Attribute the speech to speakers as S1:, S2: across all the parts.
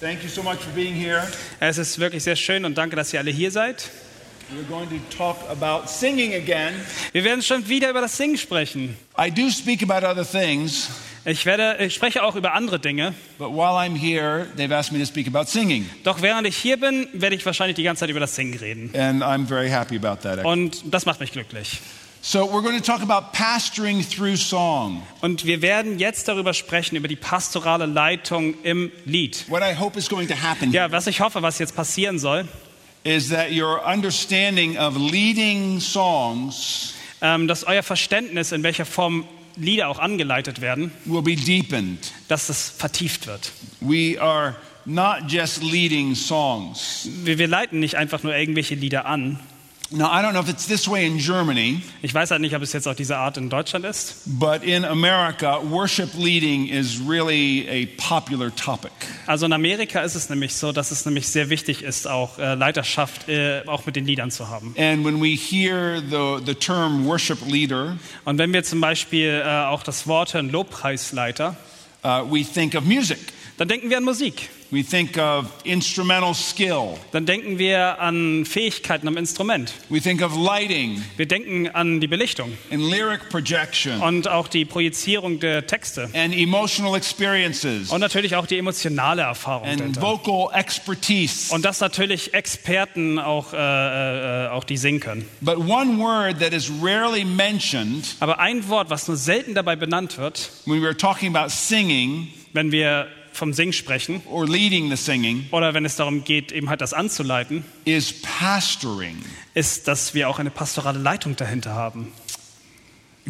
S1: Thank you so much for being here.
S2: Es ist wirklich sehr schön und danke, dass ihr alle hier seid.
S1: We're going to talk about singing again.
S2: Wir werden schon wieder über das Singen sprechen.
S1: I do speak about other things,
S2: Ich, werde, ich spreche auch über andere Dinge.
S1: but while I'm here, they've asked me to speak about singing,
S2: Doch während ich hier bin, werde ich wahrscheinlich die ganze Zeit über das Singen reden.
S1: and I'm very happy about that. actually.
S2: Und das macht mich glücklich.
S1: So, we're going to talk about pastoring through song,
S2: Und wir werden jetzt darüber sprechen, über die pastorale Leitung im Lied.
S1: what I hope is going to happen
S2: Ja, was ich hoffe, was jetzt passieren soll,
S1: is that your understanding of leading songs
S2: ähm, dass euer Verständnis, in welcher Form Lieder auch angeleitet werden,
S1: will be deepened.
S2: dass das vertieft wird.
S1: We are not just leading songs.
S2: Wir, wir leiten nicht einfach nur irgendwelche Lieder an.
S1: Now, I don't know if it's this way in Germany,
S2: Ich weiß halt nicht, ob es jetzt auch diese Art in Deutschland ist,
S1: but in America, worship leading is really a popular topic.
S2: Also in Amerika ist es nämlich so, dass es nämlich sehr wichtig ist, auch äh, Leiterschaft äh, auch mit den Liedern zu haben.
S1: And when we hear the, the term worship leader,
S2: Und wenn wir zum Beispiel äh, auch das Wort hören, Lobpreisleiter,
S1: uh, we think of music.
S2: dann denken wir an Musik.
S1: We think of instrumental skill.
S2: Dann denken wir an Fähigkeiten am Instrument.
S1: We think of lighting
S2: Wir denken an die Belichtung
S1: and lyric projection
S2: und auch die Projizierung der Texte.
S1: and emotional experiences
S2: Und natürlich auch die emotionale Erfahrung.
S1: and
S2: dahinter.
S1: vocal expertise.
S2: Und dass natürlich Experten auch, äh, äh, auch die singen können.
S1: But one word that is rarely mentioned
S2: Aber ein Wort, was nur selten dabei benannt wird,
S1: when we're talking about singing
S2: wenn wir vom Singen sprechen,
S1: or leading the singing
S2: oder wenn es darum geht, eben halt das anzuleiten,
S1: is pastoring.
S2: ist, dass wir auch eine pastorale Leitung dahinter haben.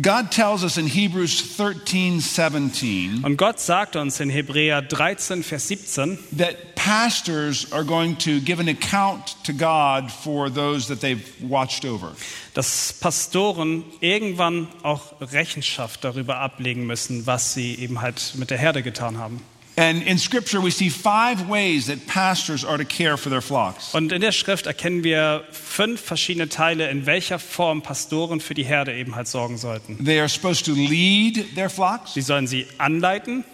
S1: God tells us in Hebrews 13 17
S2: Und Gott sagte uns in Hebräer 13, Vers 17,
S1: that pastors are going to give an account to God for those that they've watched over.
S2: dass Pastoren irgendwann auch Rechenschaft darüber ablegen müssen, was sie eben halt mit der Herde getan haben.
S1: And in Scripture, we see five ways that pastors are to care for their flocks.
S2: Und in der Schrift erkennen wir fünf verschiedene Teile, in welcher Form Pastoren für die Herde eben halt sorgen sollten.
S1: They are supposed to lead their flocks,
S2: Sie sollen sie anleiten,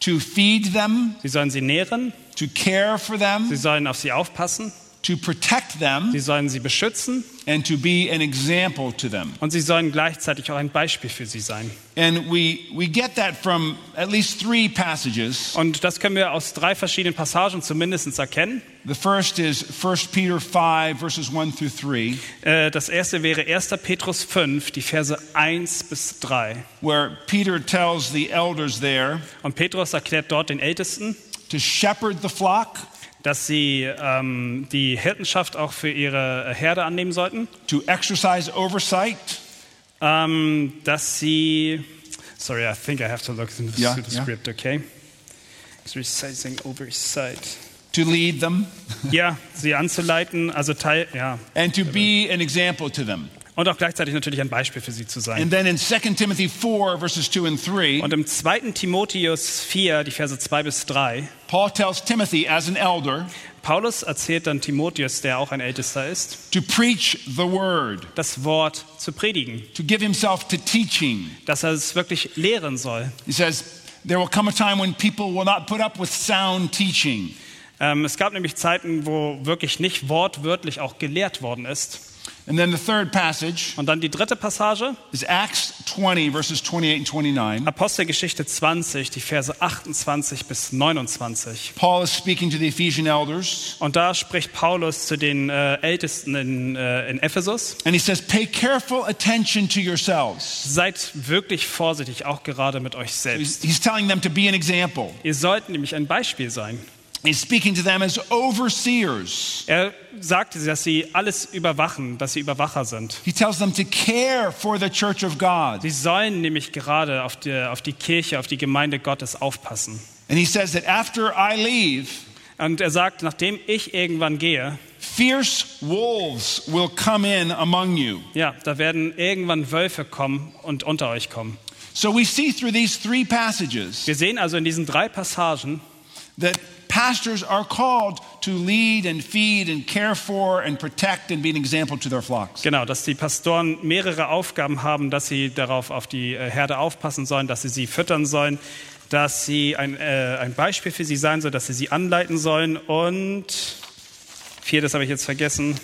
S1: to feed them,
S2: sie sollen sie nähren,
S1: to care for them,
S2: sie sollen auf sie aufpassen,
S1: to protect them,
S2: sie sollen sie beschützen
S1: and to be an example to them.
S2: und sie sollen gleichzeitig auch ein Beispiel für sie sein.
S1: And we, we get that from at least three passages.
S2: Und das können wir aus drei verschiedenen Passagen zumindest erkennen.
S1: The first is 1 Peter 5, verses 1 through 3,
S2: Äh, Das erste wäre 1. Petrus 5, die Verse 1 bis 3.
S1: where Peter tells the elders there
S2: Und Petrus erklärt dort den Ältesten,
S1: to shepherd the flock,
S2: dass sie ähm, die Hirtenschaft auch für ihre Herde annehmen sollten,
S1: to exercise oversight,
S2: ähm, dass sie. Sorry, I think I have to look into the,
S1: Ja,
S2: to the
S1: ja.
S2: script, okay? Resizing oversight.
S1: to lead them,
S2: Ja, sie anzuleiten, also Teil, ja.
S1: and to be an example to them.
S2: Und auch gleichzeitig natürlich ein Beispiel für sie zu sein.
S1: And then in 2 Timothy 4, verses 2 and 3,
S2: Und im 2. Timotheus 4, die Verse 2 bis 3,
S1: Paul tells Timothy, as an elder,
S2: Paulus erzählt dann Timotheus, der auch ein Ältester ist,
S1: to preach the word,
S2: das Wort zu predigen,
S1: to give himself to teaching.
S2: dass er es wirklich lehren soll.
S1: He says, There will come a time when people will not put up with sound teaching.
S2: Ähm, es gab nämlich Zeiten, wo wirklich nicht wortwörtlich auch gelehrt worden ist.
S1: And then the third passage
S2: Und dann die dritte Passage,
S1: is Acts 20, verses 28 and 29.
S2: Apostelgeschichte 20, die Verse 28 bis 29.
S1: Paul is speaking to the Ephesian elders,
S2: Und da spricht Paulus zu den äh, Ältesten in, äh, in Ephesus.
S1: and he says, Pay careful attention to yourselves.
S2: Seid wirklich vorsichtig, auch gerade mit euch selbst.
S1: He's he's telling them to be an example.
S2: Ihr sollt nämlich ein Beispiel sein.
S1: He's speaking to them as overseers.
S2: Er sagte, dass sie alles überwachen, dass sie Überwacher sind.
S1: He tells them to care for the church of God.
S2: Sie sollen nämlich gerade auf die, auf die Kirche, auf die Gemeinde Gottes aufpassen.
S1: And he says that after I leave,
S2: Und er sagt, nachdem ich irgendwann gehe,
S1: fierce wolves will come in among you.
S2: ja, da werden irgendwann Wölfe kommen und unter euch kommen.
S1: So we see through these three passages
S2: Wir sehen also in diesen drei Passagen,
S1: that pastors are called to lead and feed and care for and protect and be an example to their flocks.
S2: genau, dass die Pastoren mehrere Aufgaben haben, dass sie darauf auf die äh, Herde aufpassen sollen, dass sie sie füttern sollen, dass sie ein, äh, ein Beispiel für sie sein soll, dass sie sie anleiten sollen und viertes habe ich jetzt vergessen.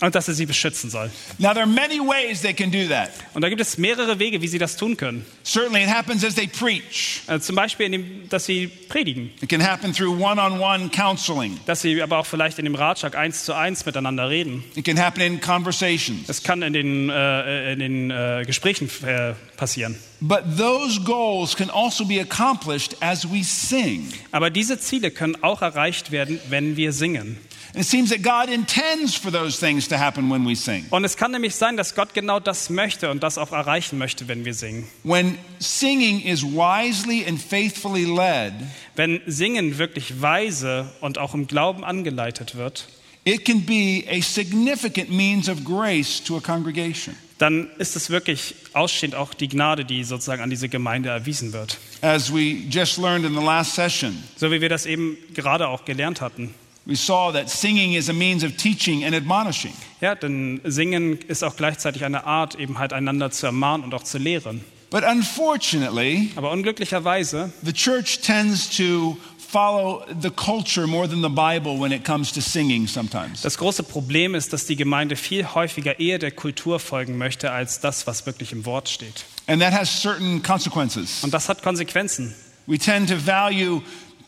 S2: Und dass sie sie beschützen soll.
S1: Now, there are many ways they can do that.
S2: Und da gibt es mehrere Wege, wie sie das tun können.
S1: Certainly, it happens as they preach,
S2: Äh, zum Beispiel, indem, dass sie predigen.
S1: it can happen through one on one counseling,
S2: Dass sie aber auch vielleicht in dem Ratschlag eins zu eins miteinander reden.
S1: it can happen in conversations.
S2: Das kann in den, äh, in den äh, Gesprächen äh, passieren.
S1: But those goals can also be accomplished as we sing.
S2: Aber diese Ziele können auch erreicht werden, wenn wir singen.
S1: And it seems that God intends for those things to happen when we sing.
S2: Und es kann nämlich sein, dass Gott genau das möchte und das auch erreichen möchte, wenn wir singen.
S1: When singing is wisely and faithfully led,
S2: Wenn Singen wirklich weise und auch im Glauben angeleitet wird,
S1: it can be a significant means of grace to a congregation.
S2: dann ist es wirklich ausstehend auch die Gnade, die sozusagen an diese Gemeinde erwiesen wird.
S1: As we just learned in the last session,
S2: So wie wir das eben gerade auch gelernt hatten.
S1: we saw that singing is a means of teaching and admonishing.
S2: Ja, denn Singen ist auch gleichzeitig eine Art, eben halt einander zu ermahnen und auch zu lehren.
S1: But unfortunately,
S2: Aber unglücklicherweise
S1: the church tends to follow the culture more than the Bible when it comes to singing sometimes.
S2: Das große Problem ist, dass die Gemeinde viel häufiger eher der Kultur folgen möchte, als das, was wirklich im Wort steht.
S1: And that has certain consequences.
S2: Und das hat Konsequenzen.
S1: We tend to value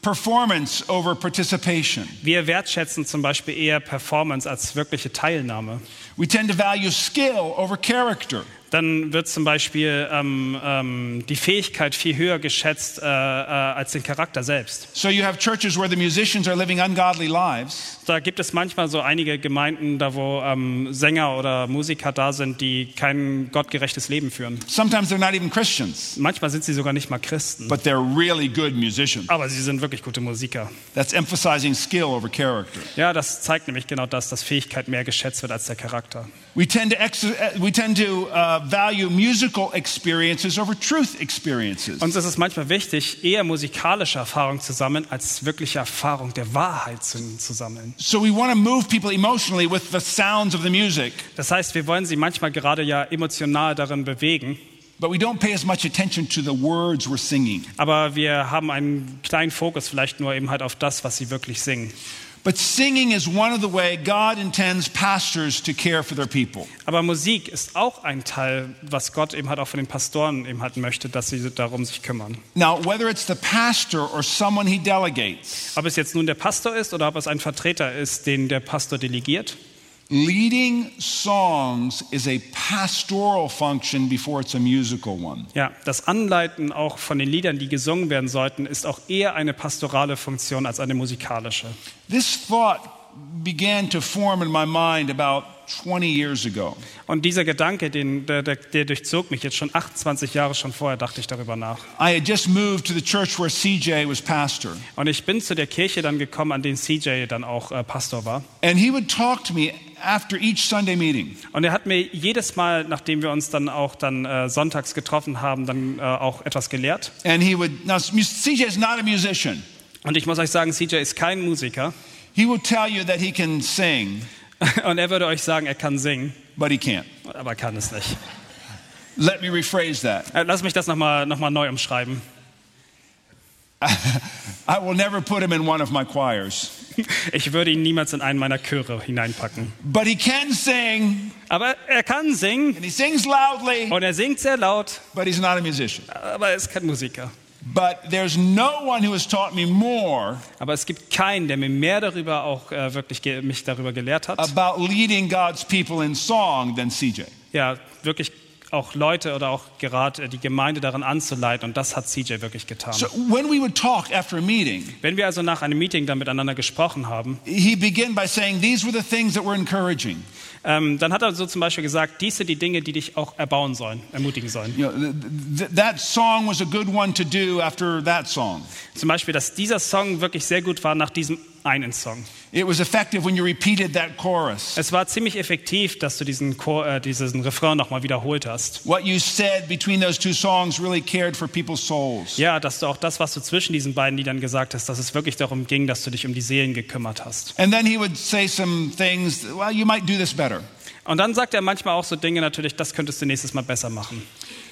S1: performance over participation.
S2: Wir wertschätzen zum Beispiel eher Performance als wirkliche Teilnahme.
S1: We tend to value skill over character.
S2: Dann wird zum Beispiel ähm, ähm, die Fähigkeit viel höher geschätzt äh, äh, als den Charakter selbst.
S1: So you have churches where the musicians are living ungodly lives,
S2: Da gibt es manchmal so einige Gemeinden, da wo ähm, Sänger oder Musiker da sind, die kein gottgerechtes Leben führen.
S1: sometimes they're not even Christians,
S2: Manchmal sind sie sogar nicht mal Christen.
S1: but they're really good musicians.
S2: Aber sie sind wirklich gute Musiker.
S1: That's emphasizing skill over character.
S2: Ja, das zeigt nämlich genau das, dass Fähigkeit mehr geschätzt wird als der Charakter.
S1: We tend to, ex- uh, we tend to uh, value musical experiences over truth experiences.
S2: Uns ist es manchmal wichtig, eher musikalische Erfahrung zu sammeln, als wirkliche Erfahrung der Wahrheit zu, zu sammeln.
S1: So we want to move people emotionally with the sounds of the music,
S2: Das heißt, wir wollen sie manchmal gerade ja emotional darin bewegen,
S1: but we don't pay as much attention to the words we're singing.
S2: aber wir haben einen kleinen Fokus vielleicht nur eben halt auf das, was sie wirklich singen.
S1: But singing is one of the way God intends pastors to care for their people.
S2: Aber Musik ist auch ein Teil, was Gott eben halt auch von den Pastoren eben halt möchte, dass sie darum sich kümmern.
S1: Now, whether it's the pastor or someone he delegates,
S2: Ob es jetzt nun der Pastor ist oder ob es ein Vertreter ist, den der Pastor delegiert,
S1: leading songs is a pastoral function before it's a musical one.
S2: Ja, das Anleiten auch von den Liedern, die gesungen werden sollten, ist auch eher eine pastorale Funktion als eine musikalische.
S1: This thought began to form in my mind about 20 years ago.
S2: Und dieser Gedanke, den, der, der, der durchzog mich jetzt schon 28 Jahre schon vorher, dachte ich darüber nach.
S1: I had just moved to the church where CJ was pastor,
S2: Und ich bin zu der Kirche dann gekommen, an dem CJ dann auch äh, Pastor war.
S1: and he would talk to me after each Sunday meeting.
S2: Und er hat mir jedes Mal, nachdem wir uns dann auch dann äh, sonntags getroffen haben, dann äh, auch etwas gelehrt.
S1: And he would, now CJ is not a musician.
S2: Und ich muss euch sagen, CJ ist kein Musiker.
S1: He will tell you that he can sing,
S2: Und er würde euch sagen, er kann singen,
S1: but he can't.
S2: aber kann es nicht.
S1: Let me rephrase that.
S2: Äh, lass mich das nochmal noch mal neu umschreiben.
S1: I will never put him in one of my choirs,
S2: Ich würde ihn niemals in einen meiner Chöre hineinpacken.
S1: but he can sing,
S2: Aber er kann singen
S1: and he sings loudly,
S2: und er singt sehr laut,
S1: but he's not a musician.
S2: aber er ist kein Musiker.
S1: But there's no one who has taught me more
S2: Aber es gibt keinen, der mir mehr darüber auch äh, wirklich ge mich darüber gelehrt hat.
S1: about leading God's people in song than CJ.
S2: Ja, wirklich auch Leute oder auch gerade äh, die Gemeinde daran anzuleiten und das hat CJ wirklich getan.
S1: So when we would talk after a meeting,
S2: Wenn wir also nach einem Meeting dann miteinander gesprochen haben,
S1: he began by saying, These were the things that were encouraging.
S2: ähm, dann hat er so zum Beispiel gesagt, dies sind die Dinge, die dich auch erbauen sollen, ermutigen sollen.
S1: You know, th- th- that song was a good one to do after that song.
S2: Zum Beispiel, dass dieser Song wirklich sehr gut war nach diesem einen Song.
S1: It was effective when you repeated that chorus.
S2: Es war ziemlich effektiv, dass du diesen, Chor, äh, diesen Refrain nochmal wiederholt hast.
S1: What you said between those two songs really cared for people's souls.
S2: Ja, dass du auch das, was du zwischen diesen beiden Liedern gesagt hast, dass es wirklich darum ging, dass du dich um die Seelen gekümmert hast.
S1: And then he would say some things, well, you might do this better.
S2: Und dann sagt er manchmal auch so Dinge natürlich, das könntest du nächstes Mal besser machen.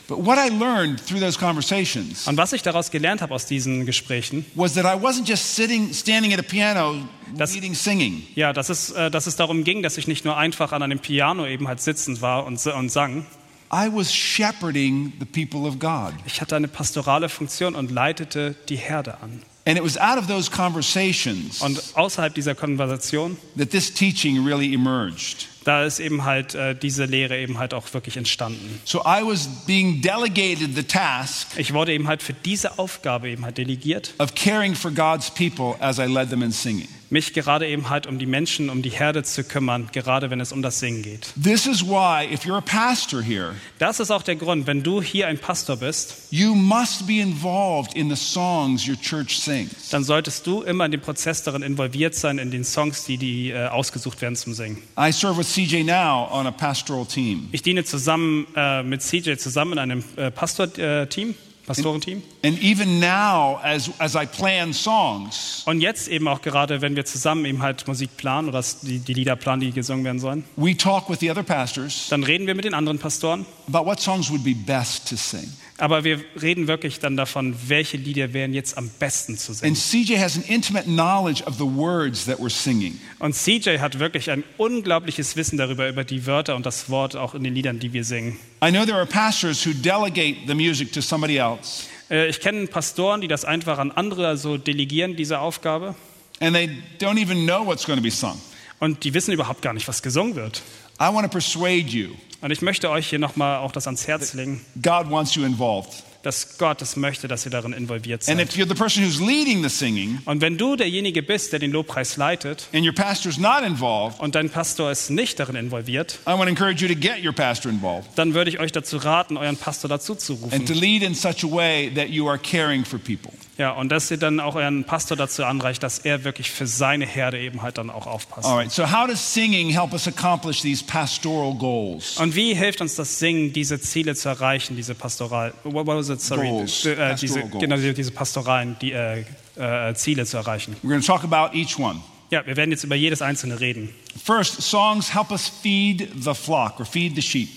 S1: But what I learned through those conversations
S2: Und was ich daraus gelernt habe aus diesen Gesprächen,
S1: was that I wasn't just sitting, standing at a piano,
S2: Das-
S1: leading singing.
S2: ja, dass es, äh, dass es darum ging, dass ich nicht nur einfach an einem Piano eben halt sitzend war und, s- und sang.
S1: I was shepherding the people of God.
S2: Ich hatte eine pastorale Funktion und leitete die Herde an.
S1: And it was out of those conversations
S2: Und außerhalb dieser Konversation,
S1: that this teaching really emerged.
S2: da ist eben halt äh, diese Lehre eben halt auch wirklich entstanden.
S1: So I was being delegated the task
S2: Ich wurde eben halt für diese Aufgabe eben halt delegiert,
S1: of caring for God's people as I led them in singing.
S2: mich gerade eben halt um die Menschen, um die Herde zu kümmern, gerade wenn es um das Singen geht.
S1: This is why, if you're a pastor here,
S2: Das ist auch der Grund, wenn du hier ein Pastor bist,
S1: you must be involved in the songs your church sings.
S2: dann solltest du immer in dem Prozess darin involviert sein, in den Songs, die, die äh, ausgesucht werden zum Singen.
S1: I serve with CJ now on a pastoral team.
S2: Ich diene zusammen äh, mit CJ zusammen in einem äh, Pastor-Team, Pastorenteam.
S1: And even now, as, as I plan songs,
S2: Und jetzt eben auch gerade, wenn wir zusammen eben halt Musik planen oder s- die, die Lieder planen, die gesungen werden sollen,
S1: we talk with the other pastors
S2: dann reden wir mit den anderen Pastoren.
S1: about what songs would be best to sing.
S2: Aber wir reden wirklich dann davon, welche Lieder wären jetzt am besten zu
S1: And
S2: singen.
S1: CJ has an intimate knowledge of the words that we're singing.
S2: Und CJ hat wirklich ein unglaubliches Wissen darüber, über die Wörter und das Wort auch in den Liedern, die wir singen.
S1: I know there are pastors who delegate the music to somebody else,
S2: Äh, Ich kenne Pastoren, die das einfach an andere so delegieren, diese Aufgabe.
S1: and they don't even know what's going to be sung.
S2: Und die wissen überhaupt gar nicht, was gesungen wird.
S1: I want to persuade you
S2: Und ich möchte euch hier nochmal auch das ans Herz legen,
S1: God wants you involved.
S2: dass Gott es möchte, dass ihr darin involviert
S1: And
S2: seid.
S1: if you're the person who's leading the singing
S2: Und wenn du derjenige bist, der den Lobpreis leitet
S1: and your pastor's not involved,
S2: und dein Pastor ist nicht darin involviert,
S1: I want to encourage you to get your pastor involved
S2: dann würde ich euch dazu raten, euren Pastor dazu zu
S1: and to
S2: rufen.
S1: lead in such a way that you are caring for people.
S2: Ja, und dass ihr dann auch euren Pastor dazu anreicht, dass er wirklich für seine Herde eben halt dann auch aufpasst.
S1: All right, so how does singing help us accomplish these pastoral goals?
S2: Und wie hilft uns das Singen, diese Ziele zu erreichen, diese pastoral, what was it, sorry,
S1: Goals.
S2: äh, diese,
S1: Pastoral goals.
S2: genau, diese pastoralen die, äh, äh, Ziele zu erreichen?
S1: We're going to talk about each one.
S2: Ja, wir werden jetzt über jedes einzelne reden.
S1: First, songs help us feed the flock or feed the sheep.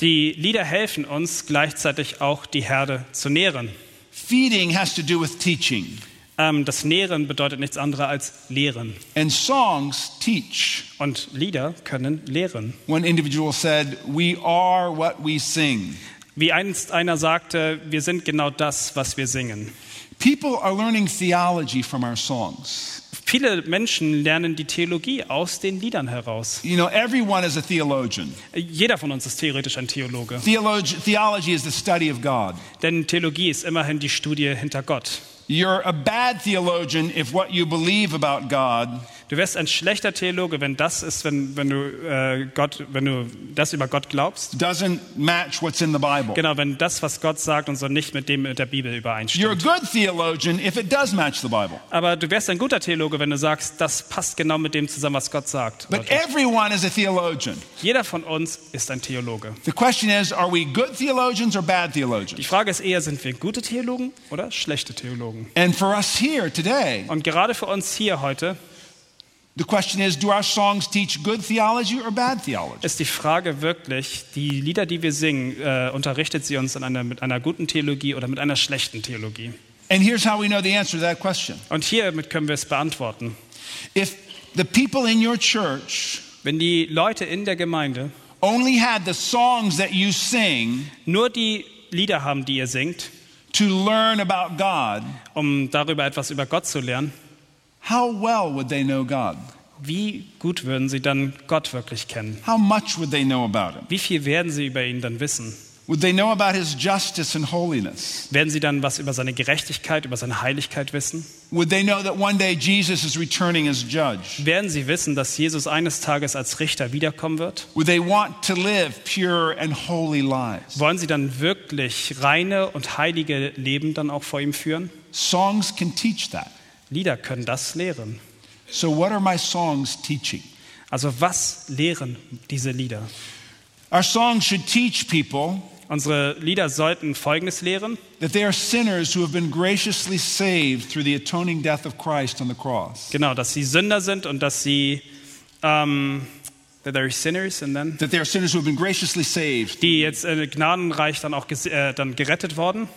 S2: Die Lieder helfen uns gleichzeitig auch die Herde zu nähren.
S1: Feeding has to do with teaching,
S2: Ähm, das Nähren bedeutet nichts anderes als lehren.
S1: and songs teach.
S2: Und Lieder können lehren.
S1: One individual said, We are what we sing.
S2: Wie einst einer sagte, wir sind genau das, was wir singen.
S1: People are learning theology from our songs.
S2: Viele Menschen lernen die Theologie aus den Liedern heraus.
S1: You know, everyone is a theologian.
S2: Jeder von uns ist theoretisch ein Theologe.
S1: Theolog- theology is the study of God.
S2: Denn Theologie ist immerhin die Studie hinter Gott.
S1: You're a bad theologian if what you believe about God
S2: Du wärst ein schlechter Theologe, wenn das ist, wenn, wenn, du, äh, Gott, wenn du das über Gott glaubst.
S1: doesn't match what's in the Bible.
S2: Genau, wenn das, was Gott sagt und so nicht mit dem mit der Bibel
S1: You're a
S2: übereinstimmt.
S1: good theologian if it does match the Bible.
S2: Aber du wärst ein guter Theologe, wenn du sagst, das passt genau mit dem zusammen, was Gott sagt.
S1: But everyone is a theologian.
S2: Jeder von uns ist ein Theologe.
S1: The question is are we good theologians or bad
S2: Die
S1: theologians?
S2: Frage ist eher, sind wir gute Theologen oder schlechte Theologen?
S1: And for us here today,
S2: Und gerade für uns hier heute
S1: the question is do our songs teach good theology or bad theology?
S2: ist die Frage wirklich, die Lieder, die wir singen, äh, unterrichtet sie uns in einer, mit einer guten Theologie oder mit einer schlechten Theologie?
S1: And here's how we know the answer to that question.
S2: Und hiermit können wir es beantworten.
S1: If the people in your church
S2: Wenn die Leute in der Gemeinde
S1: only had the songs that you sing
S2: nur die Lieder haben, die ihr singt,
S1: to learn about God,
S2: um darüber etwas über Gott zu lernen,
S1: how well would they know God?
S2: wie gut würden sie dann Gott wirklich kennen?
S1: How much would they know about Him?
S2: Wie viel werden sie über ihn dann wissen?
S1: Would they know about His justice and holiness?
S2: Werden sie dann was über seine Gerechtigkeit, über seine Heiligkeit wissen?
S1: Would they know that one day Jesus is returning as judge?
S2: Werden sie wissen, dass Jesus eines Tages als Richter wiederkommen wird?
S1: Would they want to live pure and holy lives?
S2: Wollen sie dann wirklich reine und heilige Leben dann auch vor ihm führen?
S1: Songs can teach that.
S2: Lieder können das lehren.
S1: So, what are my songs teaching?
S2: Also was lehren diese Lieder?
S1: Our songs should teach people
S2: Unsere Lieder sollten Folgendes lehren.
S1: that they are sinners who have been graciously saved through the atoning death of Christ on the cross.
S2: Genau, dass sie Sünder sind und dass sie ähm, that they're sinners and then
S1: that they are sinners who have been graciously saved,
S2: die jetzt äh, gnadenreich dann auch ges- äh, dann gerettet worden,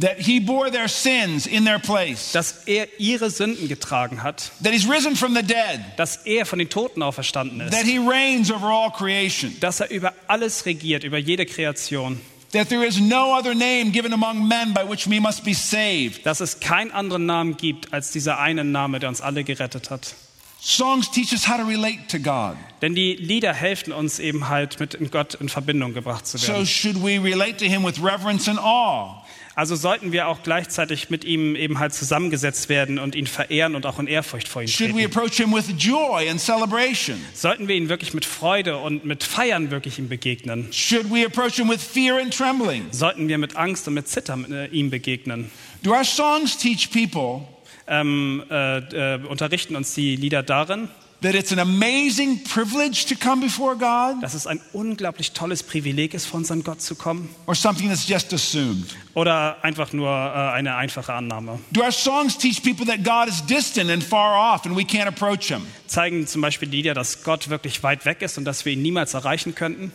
S1: that he bore their sins in their place,
S2: dass er ihre Sünden getragen hat,
S1: that he's risen from the dead,
S2: dass er von den Toten auferstanden ist,
S1: that he reigns over all creation,
S2: dass er über alles regiert, über jede Kreation,
S1: that there is no other name given among men by which we must be saved.
S2: dass es keinen anderen Namen gibt als dieser eine Name, der uns alle gerettet hat.
S1: Songs teach us how to relate to God.
S2: Denn die Lieder helfen uns eben halt mit in Gott in Verbindung gebracht zu
S1: So
S2: werden.
S1: should we relate to him with reverence and awe?
S2: Also sollten wir auch gleichzeitig mit ihm eben halt zusammengesetzt werden und ihn verehren und auch in Ehrfurcht vor ihm
S1: Should we
S2: treten.
S1: approach him with joy and celebration?
S2: Sollten wir ihn wirklich mit Freude und mit Feiern wirklich ihm begegnen?
S1: Should we approach him with fear and trembling?
S2: Sollten wir mit Angst und mit Zittern äh, ihm begegnen?
S1: Do our songs teach people
S2: Ähm, äh, äh, unterrichten uns die Lieder darin,
S1: that it's an amazing privilege to come before God
S2: dass es ein unglaublich tolles Privileg ist, vor unseren Gott zu kommen?
S1: or something that's just assumed?
S2: Oder einfach nur äh, eine einfache Annahme?
S1: Do our songs teach people that God is distant and far off and we can't approach him?
S2: Zeigen zum Beispiel Lieder, dass Gott wirklich weit weg ist und dass wir ihn niemals erreichen könnten?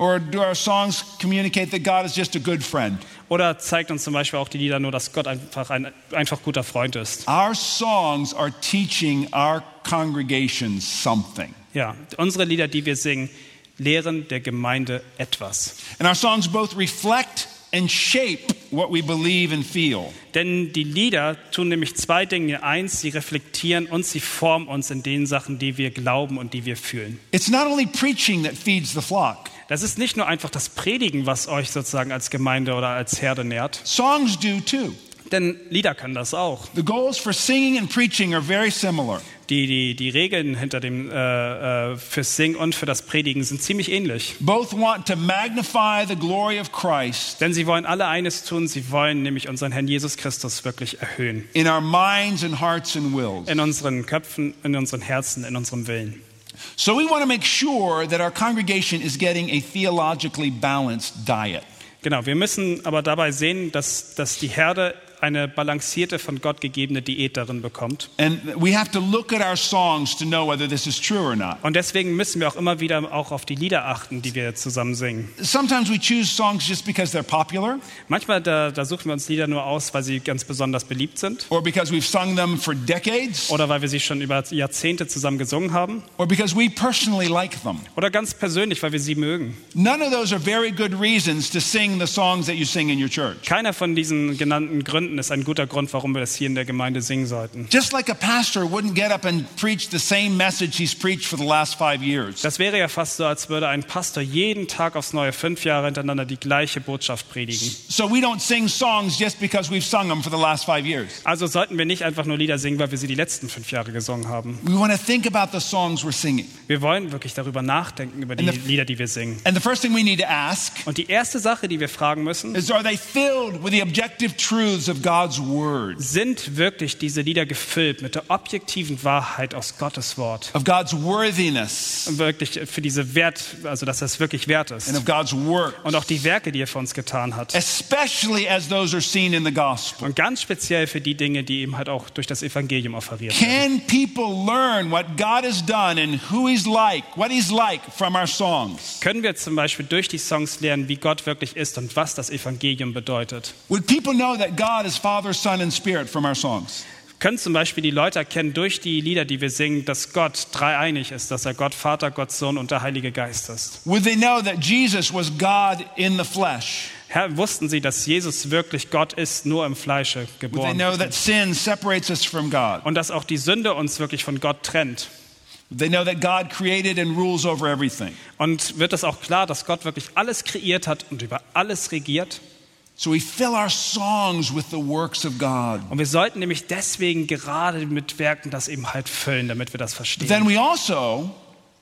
S1: Or do our songs communicate that God is just a good friend?
S2: Oder zeigt uns zum Beispiel auch die Lieder nur, dass Gott einfach ein einfach guter Freund ist?
S1: Our songs are teaching our congregations something.
S2: Ja, unsere Lieder, die wir singen, lehren der Gemeinde etwas.
S1: And our songs both reflect and shape what we believe and feel.
S2: Denn die Lieder tun nämlich zwei Dinge. Eins, sie reflektieren uns, sie formen uns in den Sachen, die wir glauben und die wir fühlen.
S1: It's not only preaching that feeds the flock.
S2: Das ist nicht nur einfach das Predigen, was euch sozusagen als Gemeinde oder als Herde nährt.
S1: Songs do too.
S2: Denn Lieder können das auch.
S1: The goals for singing and preaching are very similar.
S2: Die, die, die Regeln hinter dem, äh, äh, fürs Singen und für das Predigen sind ziemlich ähnlich.
S1: Both want to magnify the glory of Christ
S2: Denn sie wollen alle eines tun, sie wollen nämlich unseren Herrn Jesus Christus wirklich erhöhen.
S1: in our minds and hearts and wills.
S2: In unseren Köpfen, in unseren Herzen, in unserem Willen.
S1: So we want to make sure that our congregation is getting a theologically balanced diet.
S2: Genau, wir müssen aber dabei sehen, dass, dass die Herde eine balancierte, von Gott gegebene Diät darin bekommt.
S1: And we have to look at our songs to know whether this is true or not.
S2: Und deswegen müssen wir auch immer wieder auch auf die Lieder achten, die wir zusammen singen.
S1: Sometimes we choose songs just because they're popular
S2: Manchmal, da, da suchen wir uns Lieder nur aus, weil sie ganz besonders beliebt sind.
S1: or because we've sung them for decades
S2: Oder weil wir sie schon über Jahrzehnte zusammen gesungen haben.
S1: or because we personally like them.
S2: Oder ganz persönlich, weil wir sie mögen.
S1: None of those are very good reasons to sing the songs that you sing in your church.
S2: Keiner von diesen genannten Gründen ist ein guter Grund, warum wir das hier in der Gemeinde singen sollten.
S1: Just like a pastor wouldn't get up and preach the same message he's preached for the last five years.
S2: Das wäre ja fast so, als würde ein Pastor jeden Tag aufs Neue fünf Jahre hintereinander die gleiche Botschaft predigen.
S1: So we don't sing songs just because we've sung them for the last five years.
S2: Also sollten wir nicht einfach nur Lieder singen, weil wir sie die letzten fünf Jahre gesungen haben.
S1: We want to think about the songs we're singing.
S2: Wir wollen wirklich darüber nachdenken, über die
S1: And the-
S2: Lieder, die wir singen.
S1: And the first thing we need to ask
S2: Und die erste Sache, die wir fragen müssen,
S1: is are they filled with the objective truths of God's word,
S2: sind wirklich diese Lieder gefüllt mit der objektiven Wahrheit aus Gottes Wort?
S1: of God's worthiness,
S2: Und wirklich für diese Wert, also dass das wirklich wert
S1: and
S2: ist.
S1: of God's work,
S2: Und auch die Werke, die er für uns getan hat.
S1: especially as those are seen in the gospel?
S2: Und ganz speziell für die Dinge, die eben halt auch durch das Evangelium offeriert
S1: Can
S2: werden.
S1: people learn what God has done and who He's like, what He's like from our songs?
S2: Können wir zum Beispiel durch die Songs lernen, wie Gott wirklich ist und was das Evangelium bedeutet?
S1: Would people know that God is Father, Son, and Spirit from our songs?
S2: Können zum Beispiel die Leute erkennen durch die Lieder, die wir singen, dass Gott dreieinig ist, dass er Gott Vater, Gott Sohn und der Heilige Geist ist?
S1: Would they know that Jesus was God in the flesh?
S2: Herr, wussten Sie, dass Jesus wirklich Gott ist, nur im Fleische
S1: Would they
S2: geboren?
S1: know that sin separates us from God?
S2: Und dass auch die Sünde uns wirklich von Gott trennt?
S1: Would they know that God created and rules over everything?
S2: Und wird es auch klar, dass Gott wirklich alles kreiert hat und über alles regiert?
S1: So we fill our songs with the works of God.
S2: Und wir sollten nämlich deswegen gerade mit Werken das eben halt füllen, damit wir das
S1: But
S2: verstehen.
S1: then we also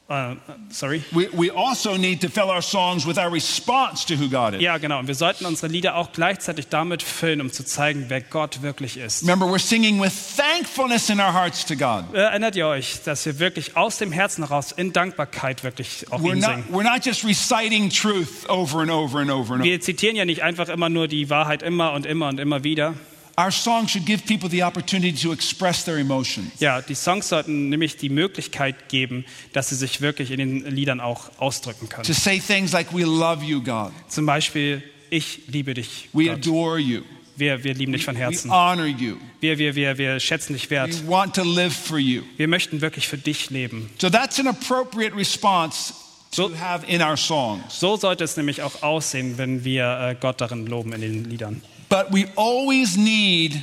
S2: Äh, äh, sorry.
S1: we, we also need to fill our songs with our response to who God is.
S2: Ja, genau. Und wir sollten unsere Lieder auch gleichzeitig damit füllen, um zu zeigen, wer Gott wirklich ist.
S1: Remember, we're singing with thankfulness in our hearts to God.
S2: Äh, Erinnert ihr euch, dass wir wirklich aus dem Herzen heraus in Dankbarkeit wirklich auch
S1: We're
S2: ihn
S1: not,
S2: singen?
S1: we're not just reciting truth over and over and over and over.
S2: Wir zitieren ja nicht einfach immer nur die Wahrheit immer und immer und immer wieder.
S1: Our song should give people the opportunity to express their emotion.
S2: Ja, die Songs sollten nämlich die Möglichkeit geben, dass sie sich wirklich in den Liedern auch ausdrücken können.
S1: To say things like, We love you, God.
S2: Zum Beispiel, ich liebe dich.
S1: We
S2: Gott.
S1: adore you.
S2: Wir, wir lieben dich von
S1: We
S2: Herzen.
S1: honor you.
S2: Wir, wir, wir, wir schätzen dich wert.
S1: We want to live for you.
S2: Wir möchten wirklich für dich leben.
S1: So that's an appropriate response to
S2: So-
S1: have in our songs.
S2: So sollte es nämlich auch aussehen, wenn wir äh, Gott darin loben in den Liedern.
S1: But we always need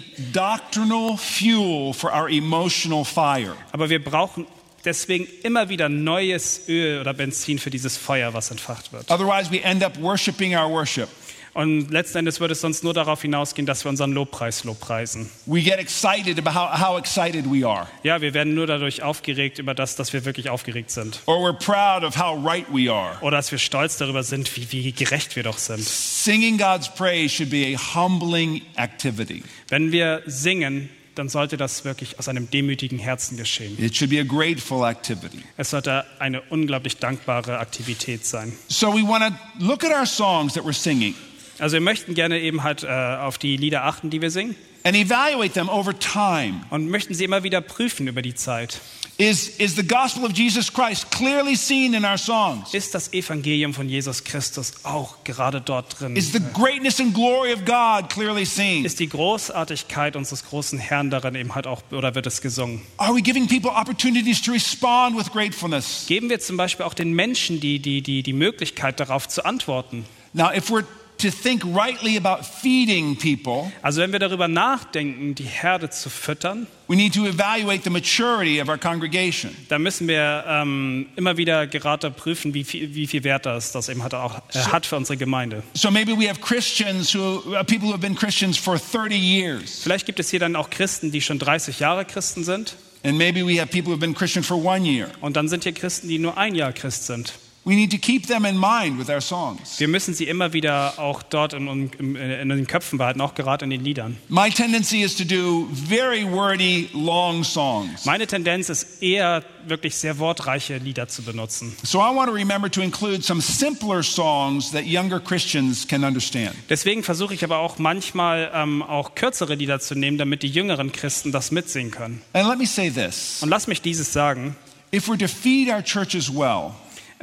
S1: doctrinal fuel for our emotional fire.
S2: Aber wir brauchen deswegen immer wieder neues Öl oder Benzin für dieses Feuer, was entfacht wird.
S1: Otherwise, we end up worshiping our worship.
S2: Und letzten Endes würde es sonst nur darauf hinausgehen, dass wir unseren Lobpreis lobpreisen.
S1: We get excited about how, how excited we are,
S2: Ja, wir werden nur dadurch aufgeregt über das, dass wir wirklich aufgeregt sind.
S1: or we're proud of how right we are.
S2: Oder dass wir stolz darüber sind, wie, wie gerecht wir doch sind.
S1: Singing God's praise should be a humbling activity.
S2: Wenn wir singen, dann sollte das wirklich aus einem demütigen Herzen geschehen.
S1: It should be a grateful activity.
S2: Es sollte eine unglaublich dankbare Aktivität sein.
S1: So we want to look at our songs that we're singing
S2: Also wir möchten gerne eben halt äh, auf die Lieder achten, die wir singen
S1: and evaluate them over time.
S2: und möchten sie immer wieder prüfen über die Zeit.
S1: Is, is the gospel of Jesus Christ clearly seen in our songs?
S2: Ist das Evangelium von Jesus Christus auch gerade dort drin?
S1: Is the greatness and glory of God clearly seen?
S2: ist die Großartigkeit unseres großen Herrn darin eben halt auch, oder wird es gesungen?
S1: Are we giving people opportunities to respond with gratefulness?
S2: Geben wir zum Beispiel auch den Menschen die, die, die, die Möglichkeit, darauf zu antworten?
S1: Now, if we're to think rightly about feeding people,
S2: Also wenn wir darüber nachdenken, die Herde zu füttern,
S1: we need to evaluate the maturity of our congregation.
S2: dann müssen wir ähm, immer wieder gerade prüfen, wie viel, wie viel Wert das, das eben halt auch äh, hat für unsere Gemeinde.
S1: So maybe we have Christians who, uh, people who have been Christians for 30 years,
S2: Vielleicht gibt es hier dann auch Christen, die schon 30 Jahre Christen sind.
S1: and maybe we have people who have been Christian for one year.
S2: Und dann sind hier Christen, die nur ein Jahr Christ sind.
S1: We need to keep them in mind with our songs.
S2: Wir müssen sie immer wieder auch dort in, in, in den Köpfen behalten, auch gerade in den Liedern.
S1: My tendency is to do very wordy, long songs.
S2: Meine Tendenz ist eher, wirklich sehr wortreiche Lieder zu benutzen.
S1: So I want to remember to include some simpler songs that younger Christians can understand.
S2: Deswegen versuche ich aber auch manchmal ähm, auch kürzere Lieder zu nehmen, damit die jüngeren Christen das mitsingen können.
S1: And let me say this
S2: Und lass mich dieses sagen.
S1: if we're to feed our churches well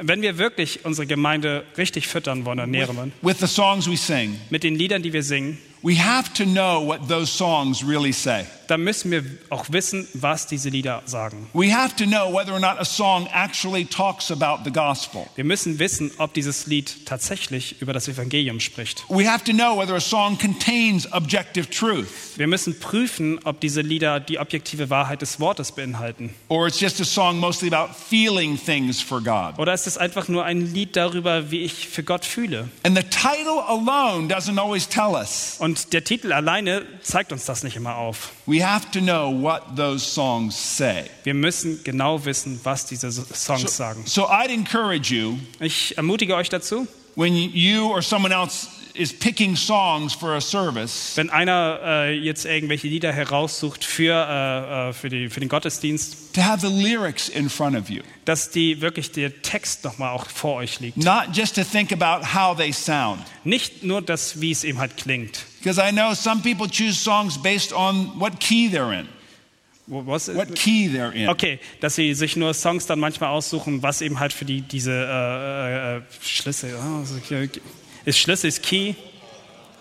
S2: Wenn wir wirklich unsere Gemeinde richtig füttern wollen, ernähren wollen,
S1: with the songs we sing,
S2: mit den Liedern, die wir singen,
S1: we have to know what those songs really say.
S2: dann müssen wir auch wissen, was diese Lieder sagen.
S1: We have to know whether or not a song actually talks about the gospel.
S2: Wir müssen wissen, ob dieses Lied tatsächlich über das Evangelium spricht.
S1: We have to know whether a song contains objective truth
S2: Wir müssen prüfen, ob diese Lieder die objektive Wahrheit des Wortes beinhalten.
S1: or it's just a song mostly about feeling things for God.
S2: Oder ist es einfach nur ein Lied darüber, wie ich für Gott fühle?
S1: And the title alone doesn't always tell us.
S2: Und der Titel alleine zeigt uns das nicht immer auf.
S1: We have to know what those songs say.
S2: Wir müssen genau wissen, was diese S- Songs sagen.
S1: So I'd encourage you
S2: Ich ermutige euch dazu,
S1: when you or someone else is picking songs for a service
S2: wenn einer äh, jetzt irgendwelche Lieder heraussucht für, äh, äh, für, die, für den Gottesdienst,
S1: to have the lyrics in front of you,
S2: dass die wirklich der Text nochmal auch vor euch liegt.
S1: not just to think about how they sound.
S2: Nicht nur das, wie es eben halt klingt.
S1: Because I know some people choose songs based on what key they're in,
S2: Wo- Was ist-
S1: what key they're in.
S2: Okay, dass sie sich nur Songs dann manchmal aussuchen, was eben halt für die, diese äh, äh, Schlüssel oh, ist okay, okay. ist Schlüssel, ist Key,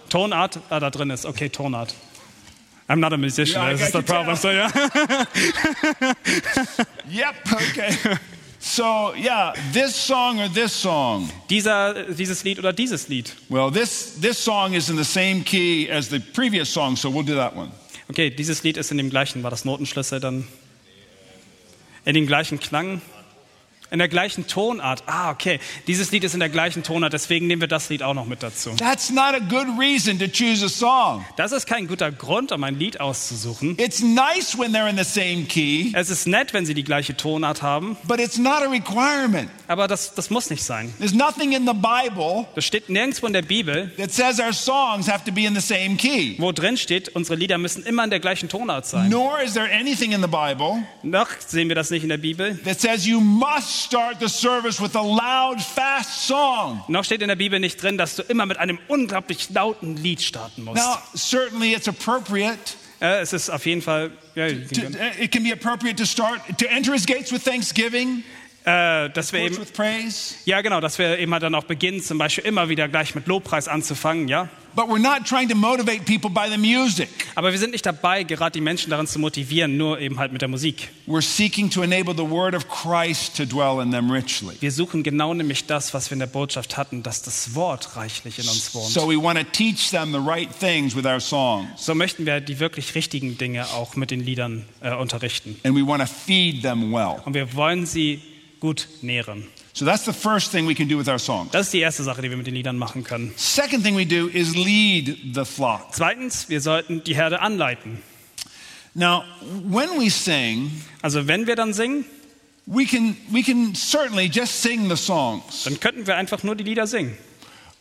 S2: Tonart, ah, da drin ist, okay, Tonart. I'm not a musician,
S1: Yeah, I
S2: this is the
S1: can tell.
S2: problem. So, ja.
S1: Yep, okay. so, yeah, this song or this song.
S2: Dieser, dieses Lied oder dieses Lied.
S1: Well, this, this song is in the same key as the previous song, so we'll do that one.
S2: Okay, dieses Lied ist in dem gleichen, war das Notenschlüssel dann? In dem gleichen Klang? In der gleichen Tonart. Ah, okay. Dieses Lied ist in der gleichen Tonart, deswegen nehmen wir das Lied auch noch mit dazu.
S1: That's not a good reason to choose a song.
S2: Das ist kein guter Grund, um ein Lied auszusuchen.
S1: It's nice when they're in the same key,
S2: Es ist nett, wenn sie die gleiche Tonart haben,
S1: but it's not a requirement.
S2: aber das, das muss nicht sein.
S1: There's nothing in the Bible
S2: Das steht nirgendwo in der Bibel,
S1: that says our songs have to be in the same key.
S2: wo drin steht, unsere Lieder müssen immer in der gleichen Tonart sein.
S1: Nor is there anything in the Bible
S2: Noch sehen wir das nicht in der Bibel,
S1: that says you must start the service with a loud, fast song.
S2: Noch steht in der Bibel nicht drin, dass du immer mit einem unglaublich lauten Lied starten musst.
S1: Now, certainly it's appropriate.
S2: Äh, es ist auf jeden Fall. Ja,
S1: To, uh, it can be appropriate to start, to enter his gates with thanksgiving,
S2: äh, dass wir
S1: courts
S2: eben,
S1: with praise.
S2: ja genau, dass wir eben halt dann auch beginnen, zum Beispiel immer wieder gleich mit Lobpreis anzufangen, ja.
S1: But we're not trying to motivate people by the music.
S2: Aber wir sind nicht dabei, gerade die Menschen daran zu motivieren, nur eben halt mit der Musik.
S1: We're seeking to enable the word of Christ to dwell in them richly.
S2: Wir suchen genau nämlich das, was wir in der Botschaft hatten, dass das Wort reichlich in uns wohnt.
S1: So we want to teach them the right things with our songs,
S2: So möchten wir die wirklich richtigen Dinge auch mit den Liedern äh, unterrichten.
S1: and we want to feed them well.
S2: Und wir wollen sie gut nähren.
S1: So that's the first thing we can do with our songs.
S2: Das ist die erste Sache, die wir mit den Liedern machen können.
S1: Second thing we do is lead the flock.
S2: Zweitens, wir sollten die Herde anleiten.
S1: Now, when we sing,
S2: Also wenn wir dann singen,
S1: we can, we can certainly just sing the songs,
S2: dann könnten wir einfach nur die Lieder singen.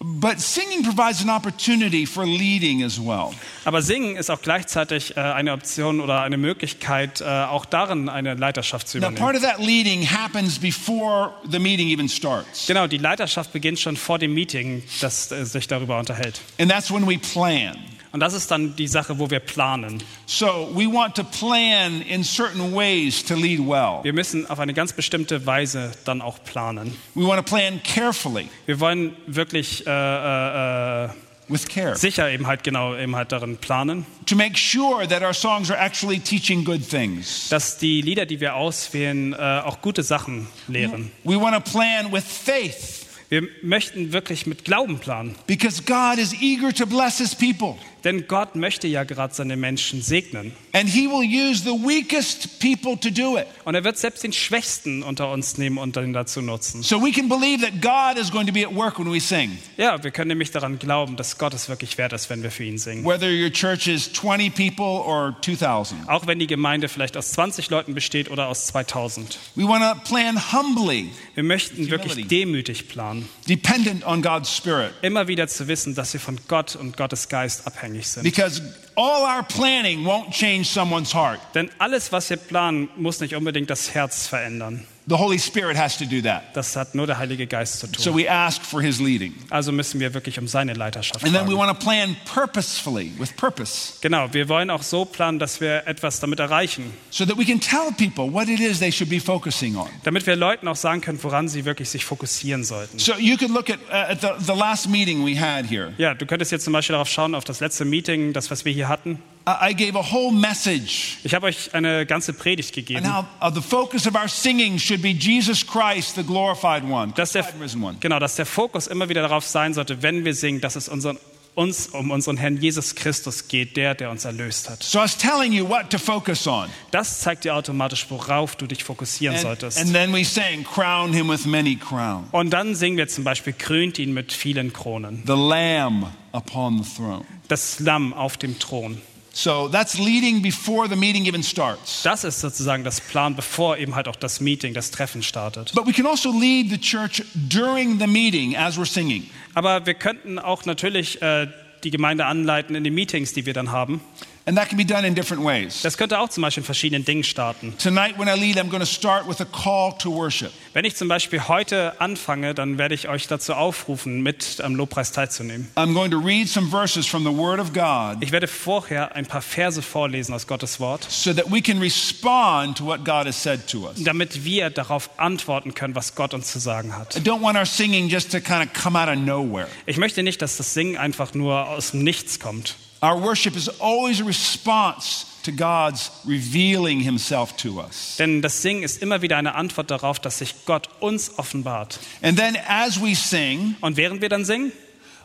S1: but singing provides an opportunity for leading as well.
S2: Aber singen ist auch gleichzeitig äh, eine Option oder eine Möglichkeit, äh, auch darin eine Leiterschaft zu
S1: Now, part
S2: übernehmen.
S1: of that leading happens before the meeting even starts,
S2: Genau, die Leiterschaft beginnt schon vor dem Meeting, das äh, sich darüber unterhält.
S1: and that's when we plan.
S2: Und das ist dann die Sache, wo wir planen.
S1: So, we want to plan in certain ways to lead well.
S2: Wir müssen auf eine ganz bestimmte Weise dann auch planen.
S1: We want to plan carefully
S2: Wir wollen wirklich äh, äh, äh,
S1: with care
S2: sicher eben halt genau eben halt darin planen,
S1: to make sure that our songs are actually teaching good things.
S2: dass die Lieder, die wir auswählen, äh, auch gute Sachen lehren.
S1: We want to plan with faith
S2: Wir möchten wirklich mit Glauben planen,
S1: because God is eager to bless his people.
S2: denn Gott möchte ja gerade seine Menschen segnen.
S1: And he will use the weakest people to do it.
S2: Und er wird selbst den Schwächsten unter uns nehmen und dann dazu nutzen.
S1: So we can believe that God is going to be at work when we sing.
S2: Ja, wir können nämlich daran glauben, dass Gott es wirklich wert ist, wenn wir für ihn singen.
S1: Whether your church is 20 people or 2,000,
S2: Auch wenn die Gemeinde vielleicht aus 20 Leuten besteht oder aus 2000.
S1: we want to plan humbly,
S2: Wir möchten
S1: Humility.
S2: wirklich demütig planen.
S1: dependent on God's Spirit,
S2: Immer wieder zu wissen, dass wir von Gott und Gottes Geist abhängig sind.
S1: because all our planning won't change someone's heart.
S2: Denn alles, was wir planen, muss nicht unbedingt das Herz verändern.
S1: The Holy Spirit has to do that.
S2: Das hat nur der Heilige Geist zu tun.
S1: So we ask for his leading.
S2: also müssen wir wirklich um seine Leiterschaft
S1: And then we
S2: fragen.
S1: want to plan purposefully, with purpose,
S2: Genau, wir wollen auch so planen, dass wir etwas damit erreichen.
S1: so that we can tell people what it is they should be focusing on.
S2: Damit wir Leuten auch sagen können, woran sie wirklich sich fokussieren sollten.
S1: So you could look at, uh, at the, the last meeting we had here.
S2: Ja, du könntest jetzt zum Beispiel darauf schauen, auf das letzte Meeting, das, was wir hier hatten.
S1: I I gave a whole message
S2: Ich habe euch eine ganze Predigt
S1: on
S2: gegeben.
S1: how uh, the focus of our singing should be Jesus Christ, the glorified one,
S2: Dass der,
S1: crucified and risen one.
S2: genau, dass der Fokus immer wieder darauf sein sollte, wenn wir singen, dass es unseren, uns um unseren Herrn Jesus Christus geht, der, der uns erlöst hat.
S1: So I was telling you what to focus on.
S2: Das zeigt dir automatisch, worauf du dich fokussieren
S1: And,
S2: solltest.
S1: and then we sang, Crown him with many crowns,
S2: Und dann singen wir zum Beispiel, krönt ihn mit vielen Kronen.
S1: the Lamb upon the throne.
S2: Das Lamm auf dem Thron.
S1: So that's leading before the meeting even starts.
S2: Das ist sozusagen das Plan, bevor eben halt auch das Meeting, das Treffen startet.
S1: But we can also lead the church during the meeting as we're singing.
S2: Aber wir könnten auch natürlich äh, die Gemeinde anleiten in den Meetings, die wir dann haben.
S1: And that can be done in different ways.
S2: Das könnte auch zum Beispiel in verschiedenen Dingen starten.
S1: Tonight, when I lead, I'm going to start with a call to worship.
S2: Wenn ich zum Beispiel heute anfange, dann werde ich euch dazu aufrufen, mit am Lobpreis teilzunehmen.
S1: I'm going to read some verses from the Word of God
S2: Ich werde vorher ein paar Verse vorlesen aus Gottes Wort,
S1: so that we can respond to what God has said to us.
S2: damit wir darauf antworten können, was Gott uns zu sagen
S1: I
S2: hat.
S1: don't want our singing just to kind of come out of nowhere.
S2: Ich möchte nicht, dass das Singen einfach nur aus dem Nichts kommt.
S1: Our worship is always a response to God's revealing Himself to us.
S2: Denn das Singen ist immer wieder eine Antwort darauf, dass sich Gott uns offenbart.
S1: And then as we sing,
S2: Und während wir dann singen,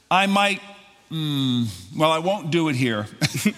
S1: I might, mm, well, I won't do it here.